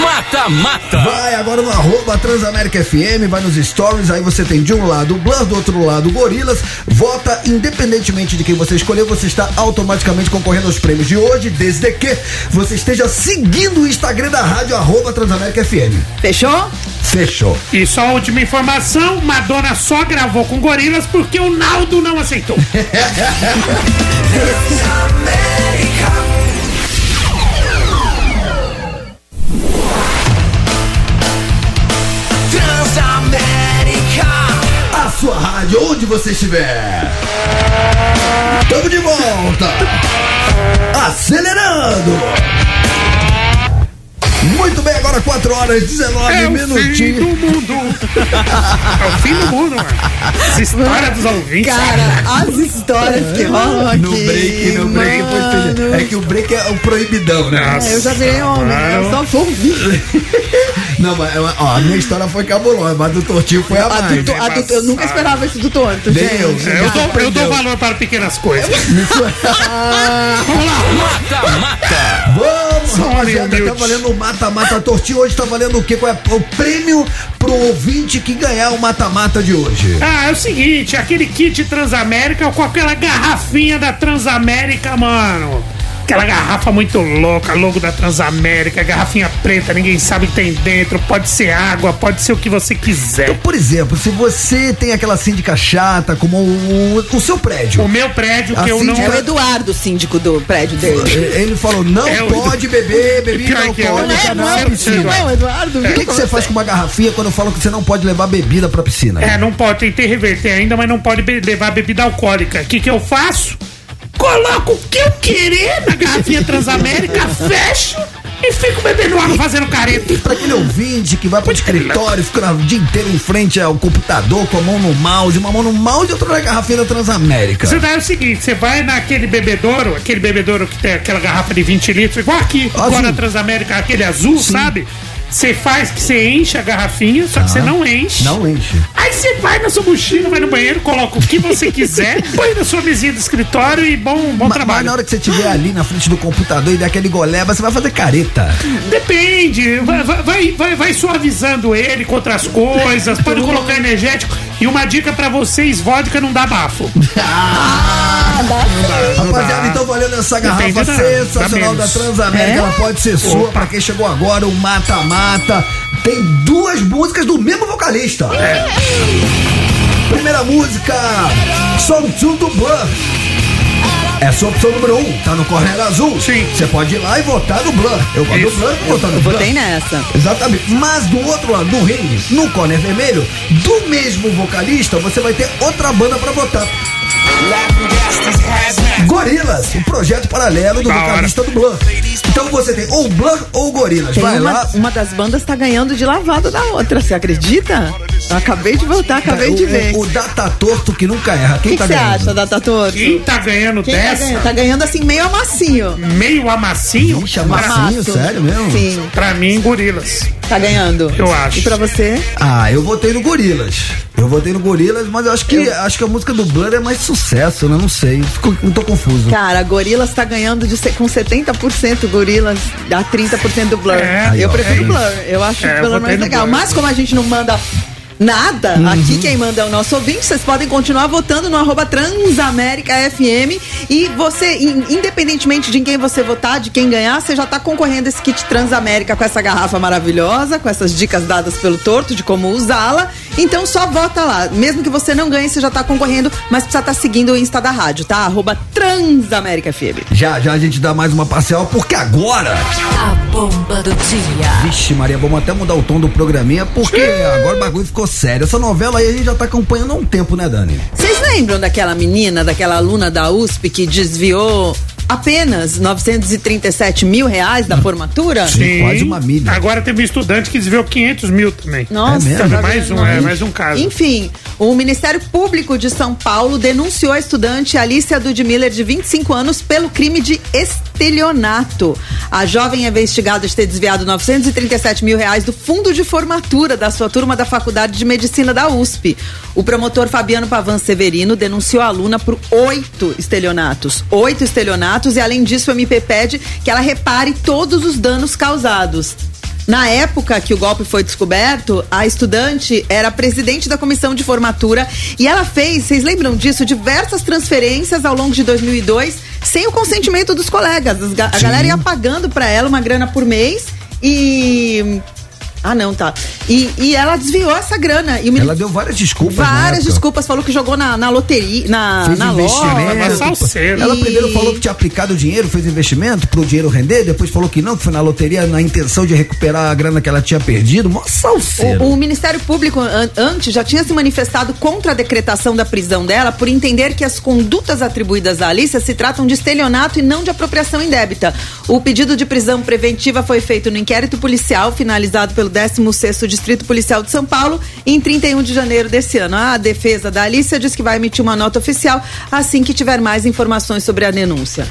Mata, mata. Vai agora no arroba Transamérica FM, vai nos stories, aí você tem de um lado o Blur, do outro lado o Gorilas. Vota independentemente de quem você escolher, você está automaticamente concorrendo aos prêmios de hoje, desde que você esteja seguindo o Instagram da rádio arroba Transamérica FM. Fechou? Fechou. E só a última informação: Madonna só gravou com gorilas porque o Naldo não aceitou. Transamérica. A sua rádio, onde você estiver. Tamo de volta. Acelerando. Muito bem, agora 4 horas 19 É o fim minutinhos. do mundo. É o fim do mundo, mano. Essa história dos ouvintes. Cara, as histórias que rolam aqui. No break, no break foi tudo. É que o break é o proibidão, né? É, eu já virei homem, né? eu só vou ouvir. Não, mas é uma- ó, a minha história foi cabulosa, mas do Tortinho foi a A mais. do to- a do to- eu nunca esperava isso do torto, Nem gente. eu, É, eu, dou, eu dou Deus. valor para pequenas coisas. Mata, mata. Vamos, Sorry, rapaziada, tá humilde. valendo o mata-mata tortinho. Hoje tá valendo o quê? Qual é o prêmio pro ouvinte que ganhar o mata-mata de hoje? Ah, é o seguinte, aquele kit Transamérica com aquela garrafinha da Transamérica, mano. Aquela garrafa muito louca, logo da Transamérica, garrafinha preta, ninguém sabe o que tem dentro, pode ser água, pode ser o que você quiser. Por exemplo, se você tem aquela síndica chata, como o, o seu prédio. O meu prédio A que eu não. É síndica- o Eduardo, síndico do prédio dele. Ele falou: não É o- pode beber bebida Pior que eu. alcoólica Não na é, não é, piscina. não, Eduardo, O que, que você faz com uma garrafinha quando falam que você não pode levar bebida pra piscina? É, não pode, tentei reverter ainda, mas não pode be- levar bebida alcoólica. O que, que eu faço? Coloco o que eu querer na garrafinha Transamérica, fecho E fico bebendo água fazendo careta. E né? pra aquele ouvinte que vai pro escritório, fica o dia inteiro em frente ao computador com a mão no mouse, uma mão no mouse e outra na garrafinha da Transamérica. Isso daí é o seguinte, você vai naquele bebedouro, aquele bebedouro que tem aquela garrafa de 20 litros, igual aqui, agora na Transamérica, aquele azul, sabe? Você faz que você enche a garrafinha, só que você não enche. Tá. Não enche. Aí você vai na sua mochila, vai no banheiro, coloca o que você quiser, põe na sua mesinha do escritório e bom, bom Ma- trabalho. Mas na hora que você estiver ali na frente do computador e der aquele goleba, você vai fazer careta. Depende, vai, vai- vai, vai, vai suavizando ele contra as coisas, pode colocar energético. E uma dica pra vocês: vodka não dá bafo. Ah, dá. Rapaziada, então valendo essa garrafa sensacional da Transamérica, É? ela pode ser sua. Pra quem chegou agora, o Mata Mata tem duas músicas do mesmo vocalista. Primeira música, Song to do Bluff. É sua opção número um, tá no Correio Azul. Sim. Você pode ir lá e votar no Blanc. Eu voto no Blanc, vou votar no Eu Blanc. votei nessa. Exatamente. Mas do outro lado do ringue, no corner vermelho, do mesmo vocalista, você vai ter outra banda pra votar. Gorilas, o projeto paralelo do Da hora. vocalista do Blanc. Então você tem ou Blanc ou Gorilas. Tem vai uma, lá. uma das bandas tá ganhando de lavada da outra, você acredita? Eu acabei de voltar, acabei o, de ver. O, o Data Torto que nunca erra. O Quem que tá você ganhando? acha, Data Torto? Quem tá ganhando Quem Tá dessa? ganhando? Tá ganhando assim, meio amassinho. Meio amassinho? Ixi, amassinho, Amasso. sério mesmo? Sim. Pra mim, gorilas. Tá ganhando. Eu acho. E pra você? Ah, eu votei no Gorilas. Eu votei no Gorilas, mas eu acho que acho que a música do Blur é mais sucesso, né? Não sei. Fico- não tô confuso. Cara, Gorilas tá ganhando de, se- com 70% Gorilas, dá 30% do Blur. É, eu aí, ó, prefiro é Blur, isso. eu acho É, o eu Blur votei mais no legal. Blur. Uhum. Mas como a gente não manda nada, aqui quem manda é o nosso ouvinte, vocês podem continuar votando no arroba Transamérica FM e você, in- independentemente de quem você votar, de quem ganhar, você já tá concorrendo esse kit Transamérica com essa garrafa maravilhosa, com essas dicas dadas pelo Torto de como usá-la. Então só vota lá. Mesmo que você não ganhe, você já tá concorrendo, mas precisa estar seguindo o Insta da rádio, tá? Arroba Transamérica FM. Já, já a gente dá mais uma parcial, porque agora. A bomba do dia. Vixe, Maria, vamos até mudar o tom do programinha, porque agora o bagulho ficou sério. Essa novela aí a gente já tá acompanhando há um tempo, né, Dani? Vocês lembram daquela menina, daquela aluna da USP que desviou apenas 937 mil reais da formatura? milha. Agora teve um estudante que desviou 500 mil também. Nossa, Sabe, tá mais vendo? um, é, mais um caso. Enfim, o Ministério Público de São Paulo denunciou a estudante Alicia Dudmiller, de 25 anos, pelo crime de estelionato. A jovem é investigada de ter desviado 937 mil reais do fundo de formatura da sua turma da Faculdade de Medicina da USP. O promotor Fabiano Pavan Severino denunciou a aluna por oito estelionatos. Oito estelionatos e, além disso, o MP pede que ela repare todos os danos causados. Na época que o golpe foi descoberto, a estudante era presidente da comissão de formatura e ela fez, vocês lembram disso, diversas transferências ao longo de 2002 sem o consentimento dos colegas. As ga- A galera ia pagando pra ela uma grana por mês e. Ah, não, tá. E, e ela desviou essa grana. E o mini- Ela deu várias desculpas. na várias época. desculpas, falou que jogou na, na loteria, na, Fez na investimento. loja. Ela E- primeiro falou que tinha aplicado o dinheiro, fez investimento pro dinheiro render, depois falou que não, que foi na loteria na intenção de recuperar a grana que ela tinha perdido. Mó salseira. O, o Ministério Público an- antes já tinha se manifestado contra a decretação da prisão dela por entender que as condutas atribuídas à Alicia se tratam de estelionato e não de apropriação indébita. O pedido de prisão preventiva foi feito no inquérito policial finalizado pelo 16º Distrito Policial de São Paulo em 31 de janeiro desse ano. A defesa da Alicia diz que vai emitir uma nota oficial assim que tiver mais informações sobre a denúncia.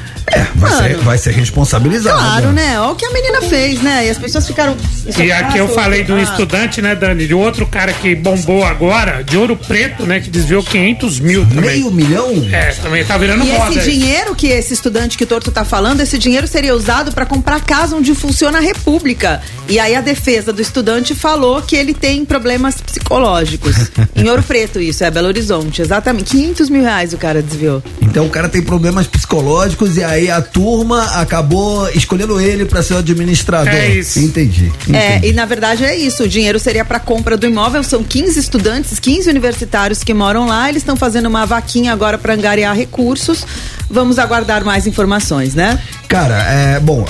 Vai ser, vai ser responsabilizado. Claro, né? Olha o que a menina fez, né? E as pessoas ficaram. isso E é aqui eu fácil, falei de um ah. estudante, né, Dani? De outro cara que bombou agora, de ouro preto, né? Que desviou 500 mil também. Meio milhão? É, também tá virando E moda. esse dinheiro que esse estudante que o Torto tá falando, esse dinheiro seria usado para comprar casa onde funciona a República. E aí a defesa do estudante falou que ele tem problemas psicológicos. em Ouro Preto, isso, é Belo Horizonte, exatamente. 500 mil reais o cara desviou. Então o cara tem problemas psicológicos e aí a turma acabou escolhendo ele pra ser o administrador. É isso. Entendi. É, e na verdade é isso. O dinheiro seria para compra do imóvel. São 15 estudantes, 15 universitários que moram lá. Eles estão fazendo uma vaquinha agora para angariar recursos. Vamos aguardar mais informações, né? Cara, é bom.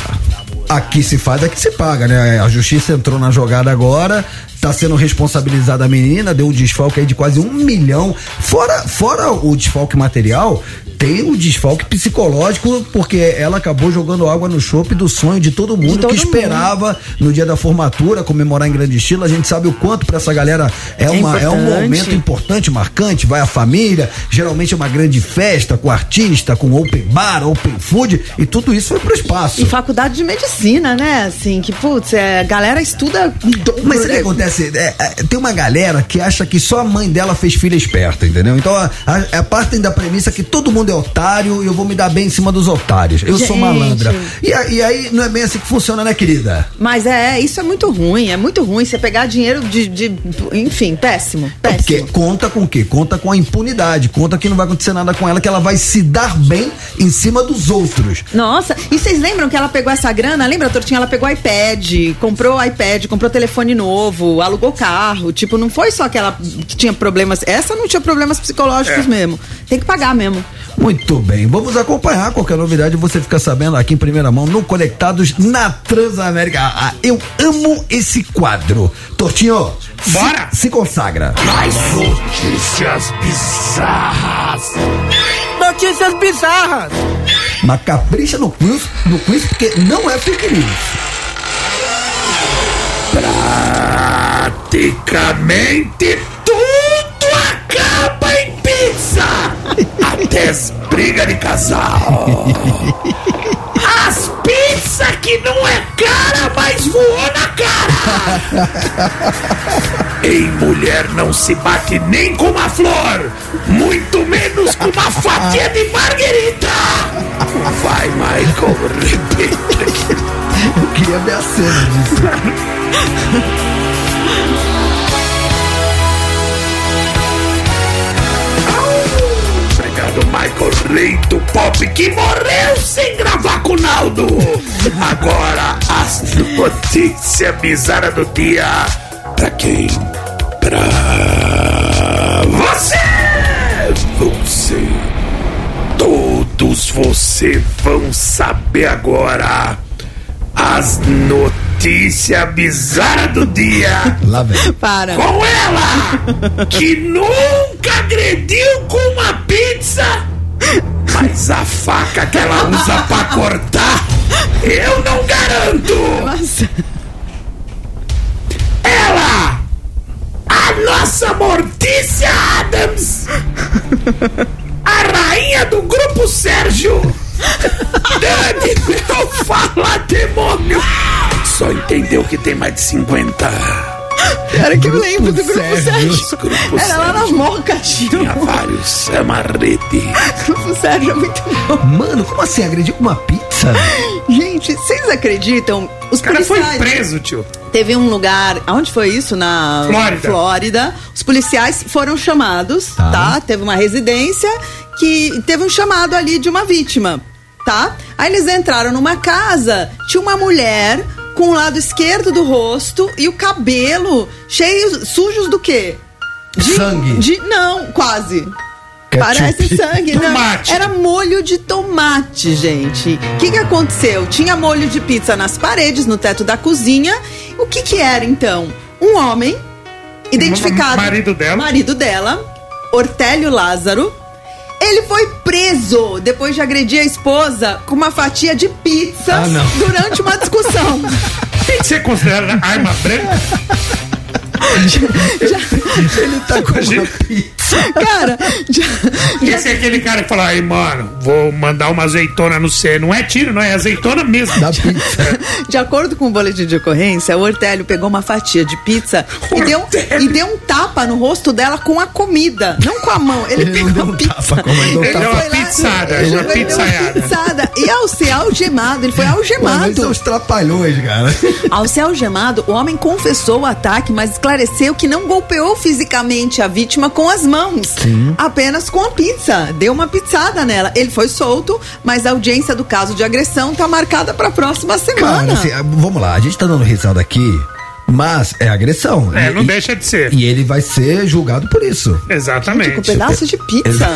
Aqui se faz, aqui se paga, né? A justiça entrou na jogada agora, tá sendo responsabilizada a menina, deu um desfalque aí de quase um milhão. Fora, fora o desfalque material, tem o desfalque psicológico, porque ela acabou jogando água no chope do sonho de todo mundo todo que esperava no dia da formatura comemorar em grande estilo. A gente sabe o quanto pra essa galera é, É uma, é um importante. momento importante, marcante. Vai a família, geralmente é uma grande festa com artista, com open bar, open food, e tudo isso foi pro espaço. E faculdade de medicina, né? Assim, que, putz, é, a galera estuda. Mas sabe o que acontece? É, é, tem uma galera que acha que só a mãe dela fez filha esperta, entendeu? Então a, a, a partem da premissa que todo mundo é otário e eu vou me dar bem em cima dos otários. Eu sou Gente. malandra. E, a- e aí não é bem assim que funciona, né, querida? Mas é, isso é muito ruim, é muito ruim. Você pegar dinheiro de. de- enfim, péssimo. É Porque conta com o quê? Conta com a impunidade, conta que não vai acontecer nada com ela, que ela vai se dar bem em cima dos outros. Nossa, e vocês lembram que ela pegou essa grana? Lembra, Tortinha? Ela pegou iPad, comprou iPad, comprou telefone novo, alugou carro. Tipo, não foi só que ela tinha problemas. Essa não tinha problemas psicológicos É. mesmo. Tem que pagar mesmo. Muito bem, vamos acompanhar qualquer novidade, você fica sabendo aqui em primeira mão no Conectados na Transamérica. Ah, ah, eu amo esse quadro. Tortinho, Bora. Se, se consagra. Notícias bizarras. Notícias bizarras. Mas capricha no quiz, no quiz porque não é fake news. Praticamente tudo acaba em pizza. Até as brigas de casal. As pizzas que não é cara, mas voou na cara. Em mulher não se bate nem com uma flor, muito menos com uma fatia de marguerita. Vai, Michael, repita. Eu queria ver a cena disso. Chegando Michael Rito Pop que morreu sem gravar com o Naldo. Agora a notícia bizarra do dia. Pra quem? Pra você! Você! Todos você vão saber agora as notícias bizarras do dia. Lá vem. Para. Com ela, que nunca agrediu com uma pizza, mas a faca que ela usa pra cortar, eu não garanto. Ela, a nossa Mortícia Adams, a rainha do grupo Sérgio. Dani, meu fala demônio! Só entendeu que tem mais de 50. Era que eu lembro do grupo Sérgio. Grupo Era lá na Sérgio. moca, tio. Tinha vários, é uma rede. Grupo Sérgio é muito bom. Mano, como assim? Agrediu com uma pizza? Gente, vocês acreditam? Os O cara foi policiais- preso, tio. Teve um lugar, aonde foi isso? Na Flórida. Flórida. Os policiais foram chamados, tá? Teve uma residência que teve um chamado ali de uma vítima, tá? Aí eles entraram numa casa, tinha uma mulher com o lado esquerdo do rosto e o cabelo cheio sujos do quê? Sangue. De não, quase. Ketchup. Parece sangue, não. Tomate. Era molho de tomate, gente. O que, que aconteceu? Tinha molho de pizza nas paredes, no teto da cozinha. O que, que era, então? Um homem identificado. Marido dela. Marido dela, Ortélio Lázaro. Ele foi preso depois de agredir a esposa com uma fatia de pizza Ah, não. durante uma discussão. Você considera arma branca? Ele tá com Cara, Esse é aquele cara que fala, aí, mano, vou mandar uma azeitona no C. Não é tiro, não é azeitona mesmo. Da pizza. De acordo com o boletim de ocorrência, o Ortélio pegou uma fatia de pizza e deu, e deu um tapa no rosto dela com a comida, não com a mão. Ele, pegou a pizza. Ele deu uma foi lá- pizzada, ele uma foi- deu uma pizzaiada. pizzada. E ao ser algemado, ele foi Mano, algemado. são os trapalhões, cara. Ao ser algemado, o homem confessou o ataque, mas esclareceu que não golpeou fisicamente a vítima com as mãos, Sim. apenas com a pizza. Deu uma pizzada nela. Ele foi solto, mas a audiência do caso de agressão tá marcada pra próxima semana. Cara, assim, ah, vamos lá, a gente tá dando risada aqui, mas é agressão. É, E- não e- deixa de ser. E ele vai ser julgado por isso. Exatamente. Com um pedaço de pizza.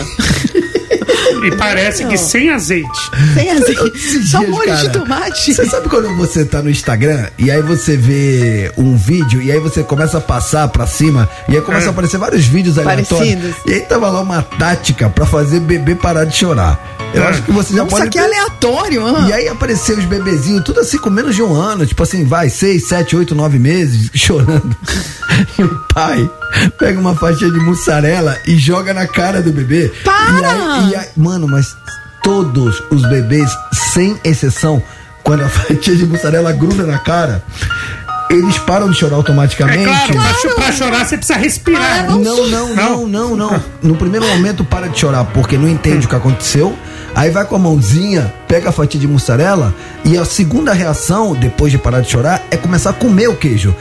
e parece que sem azeite. Sem azeite. Só molho de tomate. Você sabe quando você tá no Instagram e aí você vê um vídeo e aí você começa a passar pra cima e aí começa Ah. a aparecer vários vídeos aleatórios. Parecidos. E aí tava lá uma tática pra fazer bebê parar de chorar. Eu Ah. acho que você já Isso pode. aqui é aleatório, ah. E aí apareceu os bebezinhos, tudo assim com menos de um ano, tipo assim, vai, seis, sete, oito, nove meses, chorando. E o pai pega uma faixa de mussarela e joga na cara do bebê. E aí- e aí- mano, mas todos os bebês, sem exceção, quando a fatia de mussarela gruda na cara, eles param de chorar automaticamente. É claro, pra cho- pra chorar você precisa Ah, respirar. né? um Não, não, não, não, não. No primeiro momento para de chorar porque não entende o que aconteceu. Aí vai com a mãozinha, pega a fatia de mussarela e a segunda reação, depois de parar de chorar, é começar a comer o queijo.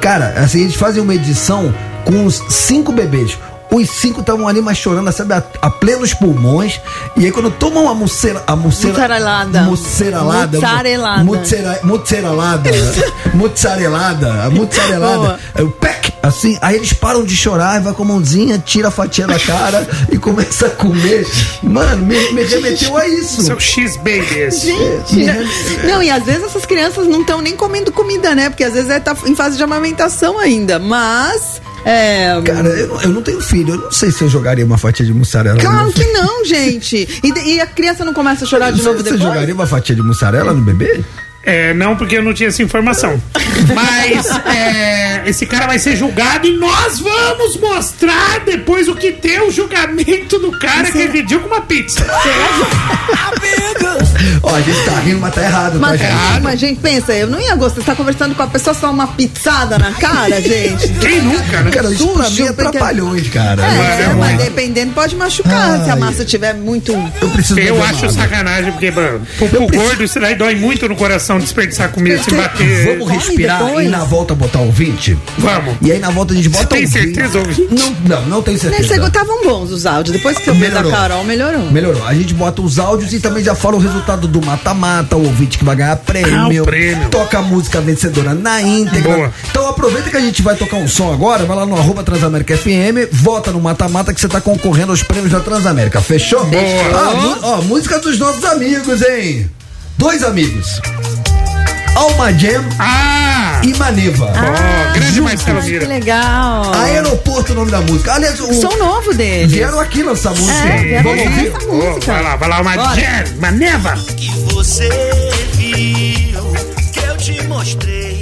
Cara, assim, eles fazem uma edição com uns cinco bebês. Os cinco estavam ali, mas chorando, sabe, a, a plenos pulmões. E aí quando tomam a mucera... A mucera Mussarelada. Muceralada. Mussarelada. Mucera- Muceralada. Mussarelada. A mussarelada. Boa. É o pec, assim, aí eles param de chorar, e vai com a mãozinha, tira a fatia da cara e começa a comer. Mano, me, me remeteu a isso. é. Seu é X-Baby esse. Gente, não, e às vezes essas crianças não estão nem comendo comida, né? Porque às vezes é, tá em fase de amamentação ainda, mas... É... Cara, eu, eu não tenho filho, eu não sei se eu jogaria uma fatia de mussarela. Claro que não, gente. E, de- e a criança não começa a chorar de novo Você depois? jogaria uma fatia de mussarela no bebê? É, não porque eu não tinha essa informação. Mas é, esse cara vai ser julgado e nós vamos mostrar depois o que deu o julgamento do cara que agrediu com uma pizza. é Ó, a gente tá rindo, mas tá errado, Mas, tá errado. mas, gente, pensa, eu não ia gostar. Você tá conversando com a pessoa, só uma pizzada na cara, gente. Quem nunca, né? Cara, isso pra mim é trapalhões, cara. É, Mas- mas dependendo pode machucar se a massa tiver muito. Eu preciso Eu acho sacanagem, porque, mano, pro, pro gordo isso daí dói muito no coração desperdiçar comida, se bater. Vamos respirar e na volta botar um o 20? Vamos. E aí na volta a gente bota um Tem o 20. certeza, ouvinte? Não, não, não tenho certeza. Nesse estavam Né, bons os áudios. Depois que eu vi da Melhorou. Carol, melhorou. Melhorou. A gente bota os áudios e também já fala o resultado do mata-mata, o ouvinte que vai ganhar prêmio. Ah, o prêmio. Toca a música vencedora na íntegra. Então aproveita que a gente vai tocar um som agora, vai lá no arroba Transamérica FM, vota no mata-mata que você tá concorrendo aos prêmios da Transamérica. Fechou? Boa. Ah, mu- ó, música dos nossos amigos, hein? Dois amigos. Alma Jam e Maneva. Ah! Ó, grande Marcelo Ah, Que Mira. legal. Aeroporto, é o nome da música. Aliás, o... Som novo deles. Vieram aqui lançar música. É, vieram Vamos lançar ouvir? essa Ó, vai lá, vai lá, uma, Bora. jam, uma neva. Você viu que eu te mostrei.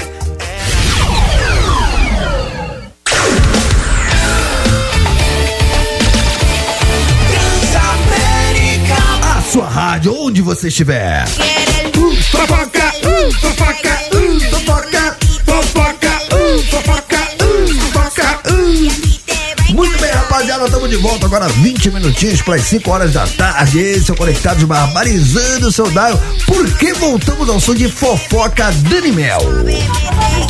A sua rádio, onde você estiver. Fofoca, uh, fofoca, uh, fofoca, fofoca, uh, fofoca, uh, fofoca, uh. Muito bem, rapaziada, estamos de volta agora 20 minutinhos para as 5 horas da tarde. Esse é o Conectados Barbarizando o seu dial. Porque voltamos ao som de fofoca Dani Mel.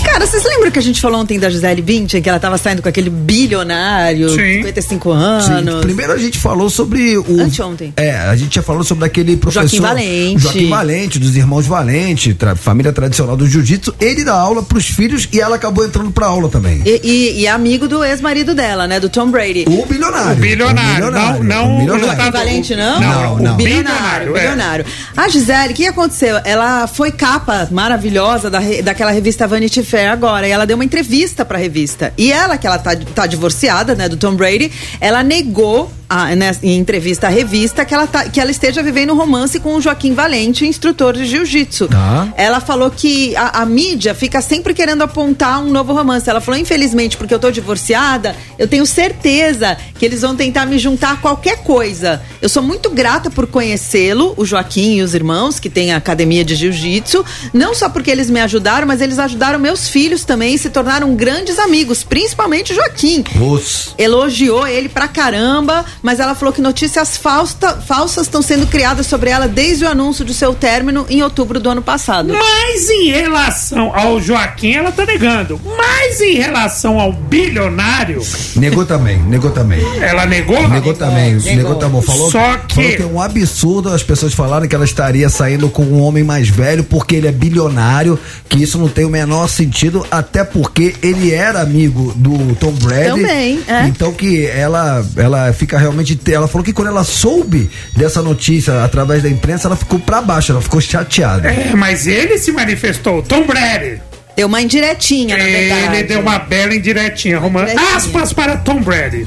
Cara, vocês lembram que a gente falou ontem da Gisele Bündchen, que ela tava saindo com aquele bilionário, Sim. 55 anos. Sim, primeiro a gente falou sobre o. Anteontem. É, a gente já falou sobre aquele professor. Joaquim Valente. Joaquim Valente, dos irmãos Valente, tra- família tradicional do jiu-jitsu. Ele dá aula pros filhos e ela acabou entrando pra aula também. E, e- e é amigo do ex-marido dela, né? Do Tom Brady. O bilionário. Bilionário. O Não, não. bilionário. não tá- Valente, não? Não, não. O bilionário. é. bilionário. A Gisele, o que aconteceu? Ela foi capa maravilhosa da, re- daquela revista Vanity Fair agora. E ela deu uma entrevista pra revista. E ela, que ela tá, tá divorciada, né, do Tom Brady, ela negou. a- né, em entrevista à revista, que ela, tá- que ela esteja vivendo um romance com o Joaquim Valente, instrutor de jiu-jitsu. Tá. Ela falou que a, a mídia fica sempre querendo apontar um novo romance. Ela falou, infelizmente, porque eu tô divorciada, eu tenho certeza que eles vão tentar me juntar a qualquer coisa. Eu sou muito grata por conhecê-lo, o Joaquim e os irmãos, que tem a academia de jiu-jitsu. Não só porque eles me ajudaram, mas eles ajudaram meus filhos também e se tornaram grandes amigos, principalmente o Joaquim Os. elogiou ele pra caramba, mas ela falou que notícias falsta- falsas estão sendo criadas sobre ela desde o anúncio do seu término em outubro do ano passado. Mas em relação ao Joaquim, ela tá negando. Mas em relação ao bilionário, Negou também, negou também. ela negou? Negou também, negou, também. Falou, Só que. falou que é um absurdo as pessoas falarem que ela estaria saindo com um homem mais velho porque ele é bilionário, que isso não tem o menor sentido, até porque ele era amigo do Tom Brady. Também, é. Então que ela, ela fica realmente. Ela falou que quando ela soube dessa notícia através da imprensa, ela ficou pra baixo, ela ficou chateada. É, mas ele se manifestou, Tom Brady. Deu uma indiretinha, na verdade. Ele deu uma bela indiretinha, arrumando aspas para Tom Brady.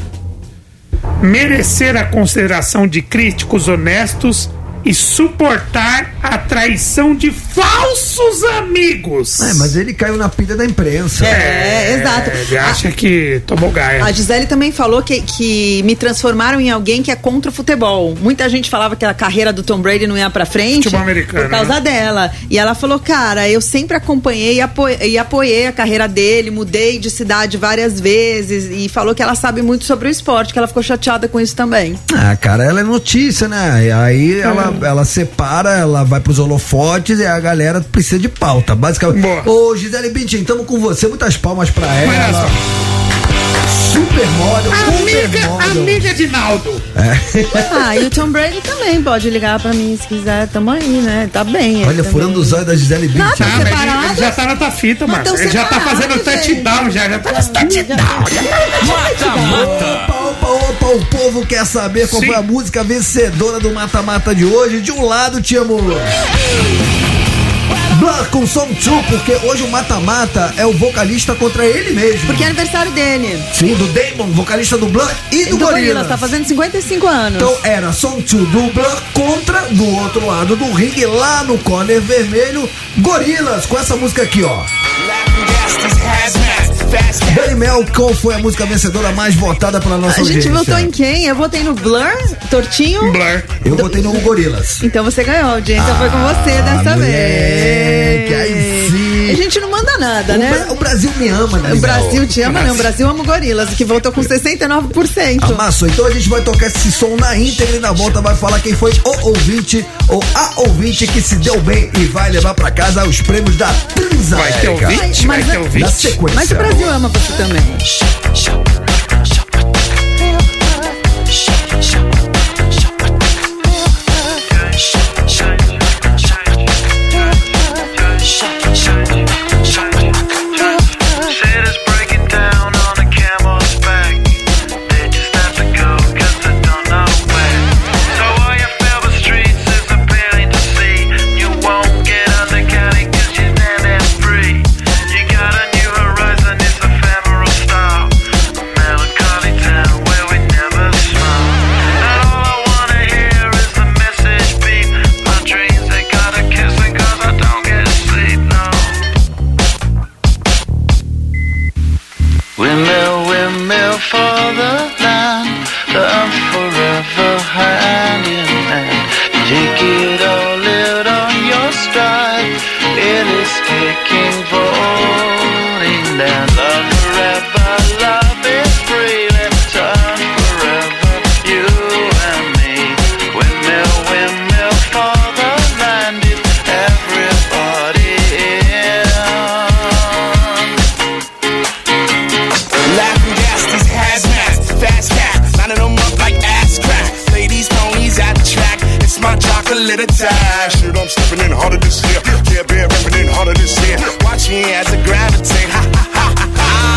Merecer a consideração de críticos honestos e suportar a traição de falsos amigos. É, mas ele caiu na pilha da imprensa. É, exato. Ele acha que tomou gaia. A Gisele também falou que, que me transformaram em alguém que é contra o futebol. Muita gente falava que a carreira do Tom Brady não ia pra frente Futebol americano, por causa né? dela. E ela falou, cara, eu sempre acompanhei e, apo- e apoiei a carreira dele, mudei de cidade várias vezes e falou que ela sabe muito sobre o esporte, que ela ficou chateada com isso também. Ah, cara, ela é notícia, né? E É. aí ela, ela separa, ela vai pros holofotes e a galera precisa de pauta, basicamente. Ô, Gisele Bündchen, tamo com você. Muitas palmas pra ela. Super É, Model, Amiga, amiga de Naldo. ah, e o Tom Brady também pode ligar pra mim se quiser. Tamo aí, né? Tá bem. ele Olha, também. furando os olhos da Gisele Nada, Bündchen. tá separado. Ele já tá na tua fita, mano. tão Ele já tá separados, fazendo touchdown, já, já tá nas touchdown. Opa, opa, opa, o povo quer saber qual foi a música vencedora do Mata-Mata de hoje. De um lado, te amo. Black com Song 2, porque hoje o Mata-Mata é o vocalista contra ele mesmo. Porque é aniversário dele. Sim, do Damon, vocalista do Blanc e do, Do Gorilla. Gorillaz, tá fazendo 55 anos. né? Então era Song 2 do Blanc contra do outro lado do ringue, lá no corner vermelho, Gorilas, com essa música aqui, ó. Dani Mel, qual foi a música vencedora mais votada pela nossa a gente audiência? votou em quem? Eu votei no Blur, Tortinho. Blur. Eu votei no Gorilas. Então você ganhou, a audiência foi com Ah, você dessa vez. A gente não manda nada, O né? Bra- o Brasil me ama, né? O Brasil te ama, não. O Brasil ama o Gorilas, que voltou com 69%. Amassou. Então a gente vai tocar esse som na íntegra e na volta vai falar quem foi o ouvinte ou a ouvinte que se deu bem e vai levar pra casa os prêmios da Transa. Vai ter América. ouvinte, vai ter ouvinte. Da sequência. é- Mas o Brasil ama você também. Windmill, windmill for the land that I'm forever hiding and take it all out on your stride. It is taking falling down. Love forever, love is free. Let's turn forever, you and me. Windmill, windmill for the land. It's everybody in. Laughing gas, these hazmats, fast cat, lining them up like ass crack. Ladies, ponies at the track, it's my chocolate attack. Shit, I'm stepping in harder this year. Yeah, bear ripping in harder this year. Watch me as I gravitate. Ha ha ha ha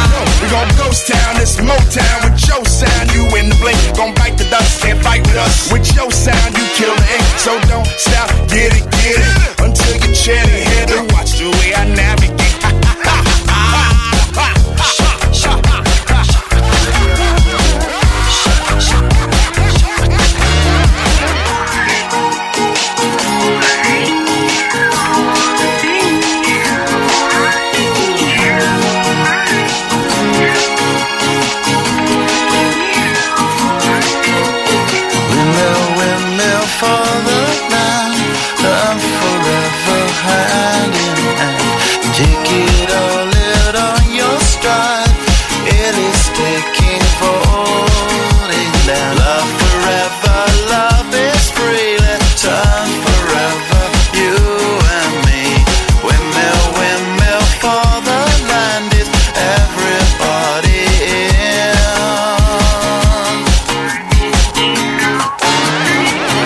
ha. We gon' ghost town, this Motown with your sound. You in the blink, gon' bite the dust, can't fight with us. With your sound, you kill the ink, so don't stop, get it, get it. Until you chin it, hit it. Watch the way I navigate. Ha ha ha ha ha ha ha.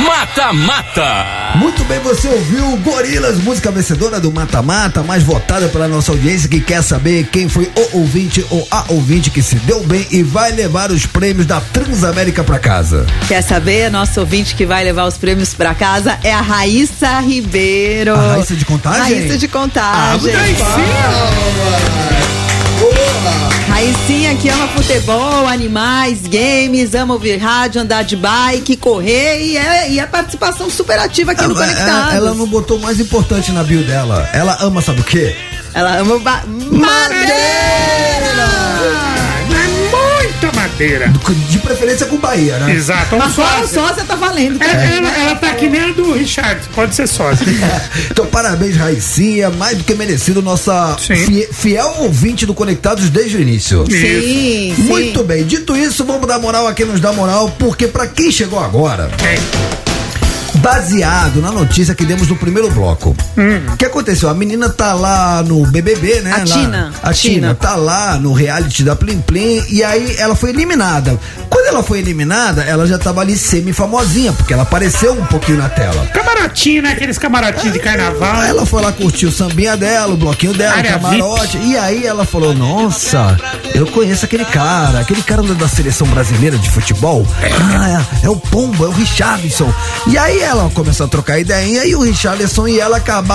Mata Mata. Muito bem, você ouviu Gorilas, música vencedora do Mata Mata, mais votada pela nossa audiência que quer saber quem foi o ouvinte ou a ouvinte que se deu bem e vai levar os prêmios da Transamérica pra casa. Quer saber? Nosso ouvinte que vai levar os prêmios pra casa é a Raíssa Ribeiro. A Raíssa de Contagem? Ah, Raíssa de Contagem. Raicinha que ama futebol, animais, games, ama ouvir rádio, andar de bike, correr e é, e é participação super ativa aqui no Ela, Conectados. ela- ela não botou o mais importante na bio dela. Ela ama, sabe o quê? Ela ama ba É Muita madeira. De preferência com Bahia, né? Exato. Um Só o sócio. sósia tá valendo. É, ela, ela tá que nem a do Richard, pode ser sócio. Então, parabéns, Raicinha. Mais do que merecido, nossa fi- fiel ouvinte do Conectados desde o início. Sim, sim. Muito bem. Dito isso, vamos dar moral a quem nos dá moral, porque pra quem chegou agora. Baseado na notícia que demos no primeiro bloco. O que aconteceu? A menina tá lá no BBB, né? Hum. A Lá- Tina. A Tina Tina. tá lá no reality da Plim Plim e aí ela foi eliminada. Quando ela foi eliminada, ela já tava ali semi-famosinha, porque ela apareceu um pouquinho na tela. Camarotinho, né? Aqueles camarotinhos de carnaval. Ela foi lá curtir o sambinha dela, o bloquinho dela, Área o camarote. VIP. E aí ela falou: Nossa, eu conheço aquele cara, aquele cara da seleção brasileira de futebol. Ah, é, é o Pombo, é o Richardson. E aí ela começou a trocar ideia e o Richardson e ela acabaram.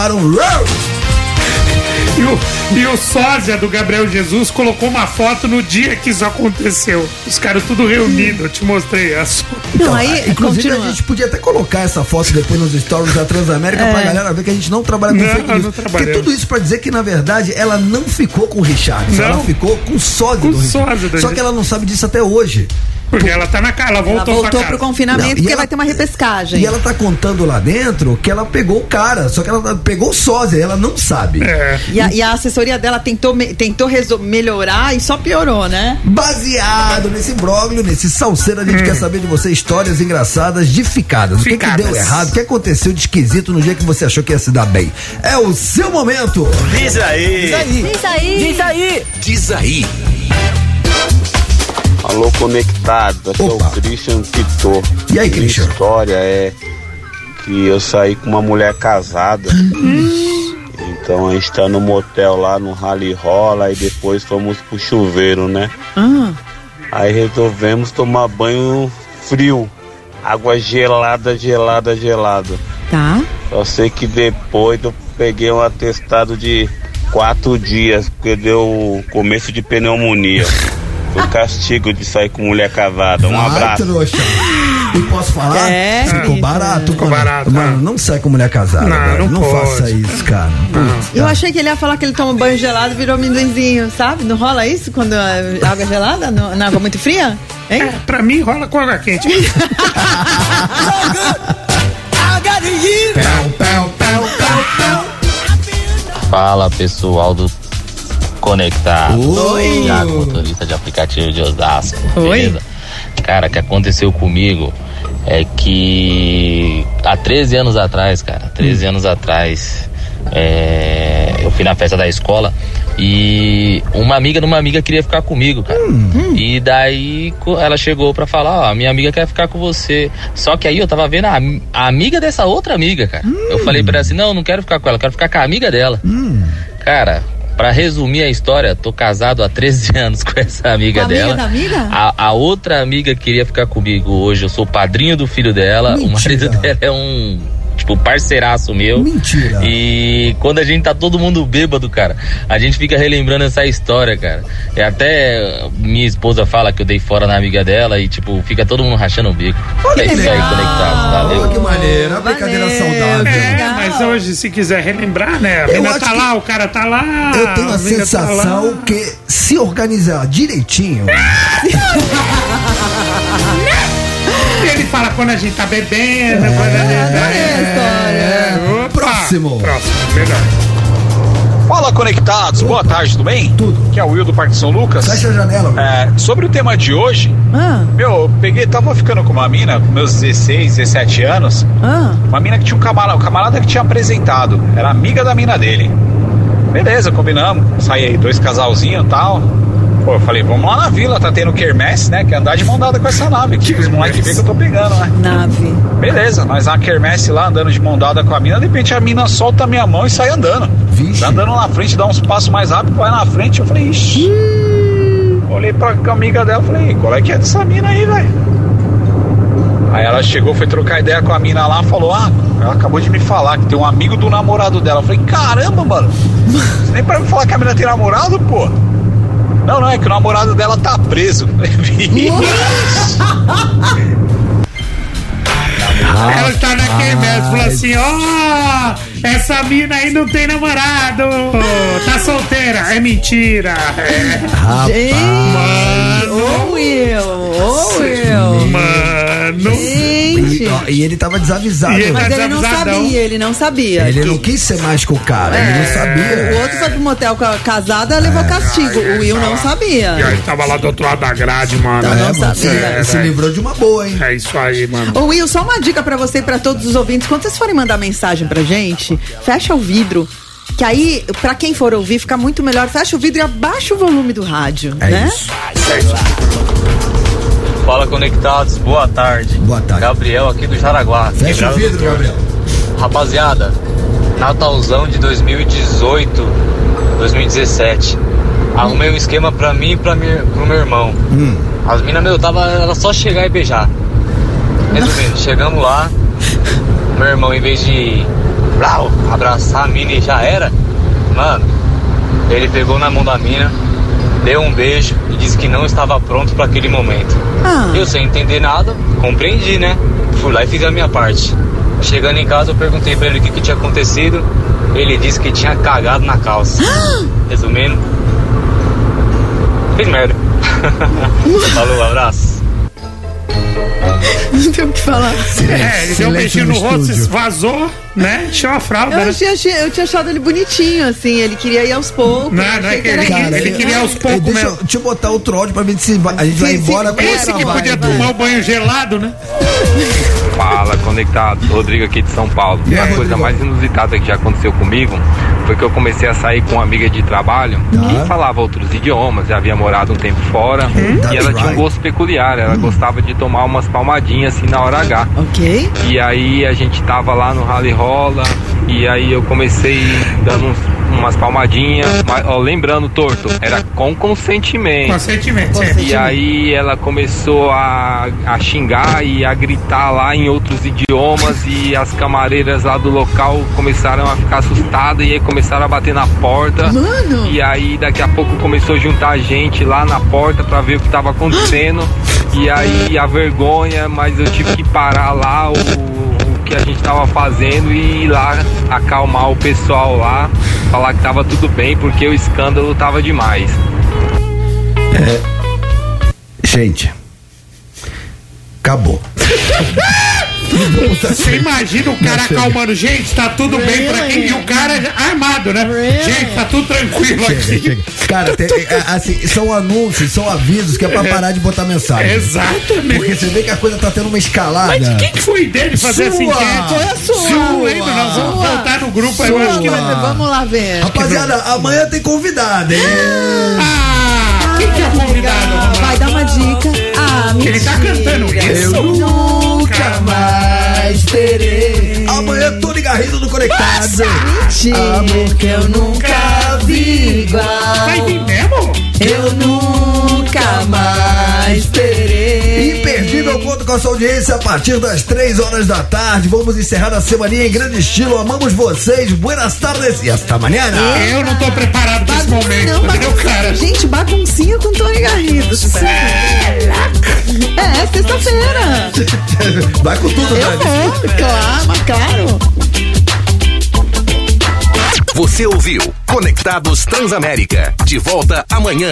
E o, e o sósia do Gabriel Jesus colocou uma foto no dia que isso aconteceu. Os caras tudo reunidos, eu te mostrei essa. Então, inclusive a gente podia até colocar essa foto depois nos stories da Transamérica É. pra galera ver que a gente não trabalha com Não, fake não news. Porque trabalhamos. tudo isso pra dizer que na verdade ela não ficou com o Richardson, Não. ela ficou com o sódio Com do o sódio Richardson. do Só que ela não sabe disso até hoje. Porque ela tá na casa, ela voltou, Ela voltou pra pro casa. confinamento Não, e porque ela- vai ter uma repescagem. E ela tá contando lá dentro que ela pegou o cara, só que ela tá- pegou o sósia, ela não sabe. É. E a, e a assessoria dela tentou, me- tentou resol- melhorar e só piorou, né? Baseado nesse imbróglio, nesse salseiro, a gente quer saber de você histórias engraçadas de ficadas. O que que, Ficadas. deu errado? O que aconteceu de esquisito no dia que você achou que ia se dar bem? É o seu momento! Diz aí. Diz aí. Diz aí. Diz aí. Alô, conectado. Aqui é o Christian Pitor. E aí, Christian? Minha história é que eu saí com uma mulher casada. então a gente tá no motel lá no Rally Rola e depois fomos pro chuveiro, né? Aí resolvemos tomar banho frio. Água gelada, gelada, gelada. Tá. Só sei que depois eu peguei um atestado de quatro dias, porque deu começo de pneumonia. Foi um castigo de sair com mulher casada. Um Ah, abraço. trouxa. E posso falar? É, Ficou querido. barato, Ficou barato. Mano, não sai com mulher casada. Não, velho. não pode. faça isso, cara. Putz, Eu achei que ele ia falar que ele toma banho gelado e virou amendoinzinho, sabe? Não rola isso quando é água gelada, no- na água muito fria? Hein? É, pra mim rola com água quente. Fala pessoal do Conectado. Oi. Thiago, motorista de aplicativo de Osasco. Oi. Beleza? Cara, o que aconteceu comigo é que há 13 anos atrás, cara, 13 anos atrás, é, eu fui na festa da escola e uma amiga de uma amiga queria ficar comigo, cara. E daí co- ela chegou pra falar, ó, minha amiga quer ficar com você. Só que aí eu tava vendo a, am- a amiga dessa outra amiga, cara. Eu falei pra ela assim, não, não quero ficar com ela, quero ficar com a amiga dela. Hum. Hum. Cara, pra resumir a história, tô casado há 13 anos com essa Com amiga a amiga dela. da amiga? A, a outra amiga queria ficar comigo hoje. Eu sou padrinho do filho dela. O marido dela é um. Tipo, parceiraço meu. Mentira. E quando a gente tá todo mundo bêbado, cara, a gente fica relembrando essa história, cara. E até minha esposa fala que eu dei fora na amiga dela e, tipo, fica todo mundo rachando o bico. Olha é que isso aí, legal. conectados. Ah, Valeu. que maneira, brincadeira saudável. É, mas hoje, se quiser relembrar, né? A Eu mina acho tá que- lá, o cara tá lá. Eu tenho a mina tá sensação lá. que se organizar direitinho. Ele fala quando a gente tá bebendo, quando a gente tá. É, Próximo. Próximo, melhor. Fala conectados, boa tarde, tudo bem? Tudo. Que é o Will do Parque São Lucas. Fecha a janela, É, sobre o tema de hoje, meu, eu peguei, tava ficando com uma mina, com meus 16, 17 anos. Uma mina que tinha um camarada, o camarada que tinha apresentado, era amiga da mina dele. Beleza, combinamos, saí aí dois casalzinho e tal. Pô, eu falei, vamos lá na vila, tá tendo quermesse, né? Que é andar de mão dada com essa nave aqui. Os moleques vê é que eu tô pegando, né? Nave. Beleza, nós na quermesse lá andando de mão dada com a mina, de repente a mina solta a minha mão e sai andando. Tá andando na frente, dá uns passos mais rápido, vai na frente. Eu falei, ixi. Olhei pra amiga dela e falei, qual é que é dessa mina aí, velho? Aí ela chegou, foi trocar ideia com a mina lá, falou: Ah, ela acabou de me falar que tem um amigo do namorado dela. Eu falei: Caramba, mano, você nem pra me falar que a mina tem namorado, pô. Não, não, é que o namorado dela tá preso. Ela está na quermesse, falou assim: ó, essa mina aí não tem namorado, tá solteira. É mentira. É. Gente, ou eu, ou eu. Mano. Gente. E, ó, e ele tava desavisado. é né? Mas tá ele não sabia, ele não sabia. Ele é- não quis ser mais com o cara, ele não sabia. O outro foi pro motel ca- casada, levou castigo. O Will não sabia. E aí tava lá do outro lado da grade, mano. Tá, não sabia. Se livrou de uma boa, hein? É isso aí, mano. Ô Will, só uma dica pra você e pra todos os ouvintes. Quando vocês forem mandar mensagem pra gente, fecha o vidro. Que aí, pra quem for ouvir, fica muito melhor. Fecha o vidro e abaixa o volume do rádio, né? Fala conectados, boa tarde. Boa tarde. Gabriel aqui do Jaraguá. Fecha Quebrada o vidro, do Torto. Rapaziada, Natalzão de 2018, 2017. Arrumei um esquema pra mim e pra mi- pro meu irmão. Hum. As minas, meu, tava, era só chegar e beijar. Resumindo, chegamos lá, meu irmão, em vez de blau, abraçar a mina e já era, mano, ele pegou na mão da mina, deu um beijo e disse que não estava pronto para aquele momento. Ah. Eu, sem entender nada, compreendi, né? Fui lá e fiz a minha parte. Chegando em casa, eu perguntei pra ele o que, que tinha acontecido. Ele disse que tinha cagado na calça. Resumindo, fez merda. Falou, um abraço. Não tem o que falar. É, ele deu um beijinho no rosto, vazou, né? Encheu a fralda. Eu né? tinha, achei- eu tinha achado ele bonitinho, assim. Ele queria ir aos poucos. Não, não achei é que ele- isso. ele queria aos poucos é, deixa, eu- deixa eu botar outro áudio pra ver se vai- a gente vai embora com Esse essa que vibe. podia tomar o banho gelado, né? Fala, conectados. Rodrigo aqui de São Paulo. E aí, a coisa Rodrigo? mais inusitada que já aconteceu comigo foi que eu comecei a sair com uma amiga de trabalho Tá. que falava outros idiomas, já havia morado um tempo fora. E ela tinha um gosto peculiar, Hum. ela gostava de tomar umas palmadinhas assim na hora H. Ok. E aí a gente tava lá no rally rola, e aí eu comecei dando uns- umas palmadinhas, mas, ó, lembrando, torto, era com consentimento. Consentimento, é. E aí ela começou a, a xingar e a gritar lá em outros idiomas e as camareiras lá do local começaram a ficar assustadas e aí começaram a bater na porta. Mano! E aí daqui a pouco começou a juntar a gente lá na porta pra ver o que tava acontecendo. E aí a vergonha, mas eu tive que parar lá o, o que a gente tava fazendo e ir lá acalmar o pessoal lá, falar que tava tudo bem, porque o escândalo tava demais. Gente, acabou. Você imagina o cara acalmando, gente, tá tudo bem pra quem? E o cara já- armado, né? Gente, tá tudo tranquilo Chega, aqui. chega. Cara, tem- é, assim, são anúncios, são avisos que é pra parar de botar mensagem. Exatamente. Porque você vê que a coisa tá tendo uma escalada. Mas quem que foi dele fazer essa Sua. enquete? Foi a sua. Sua, hein, mano? Nós vamos Sua. voltar no grupo aí, eu acho que vai Vamos lá ver. Rapaziada, amanhã tem convidado, hein? Ah, quem que é o convidado? Vai dar uma dica. Ah, mentira. Ele tá cantando isso? Eu nunca mais terei. Amanhã, Tony Garrido do Conectados. Mentira. Amor que eu nunca vi igual. Vai vir mesmo? Eu nunca mais terei. Imperdível, conto com a sua audiência a partir das três horas da tarde. Vamos encerrar a semaninha em grande estilo. Amamos vocês. Buenas tardes e hasta mañana. Ah, Eu não tô preparado pra esse momento, Não, entendeu, baguncinha. cara? Gente, baguncinha com Tony Garrido. É, sexta-feira. Vai com tudo, Eu vou, claro, mas claro. Você ouviu Conectados Transamérica. De volta amanhã.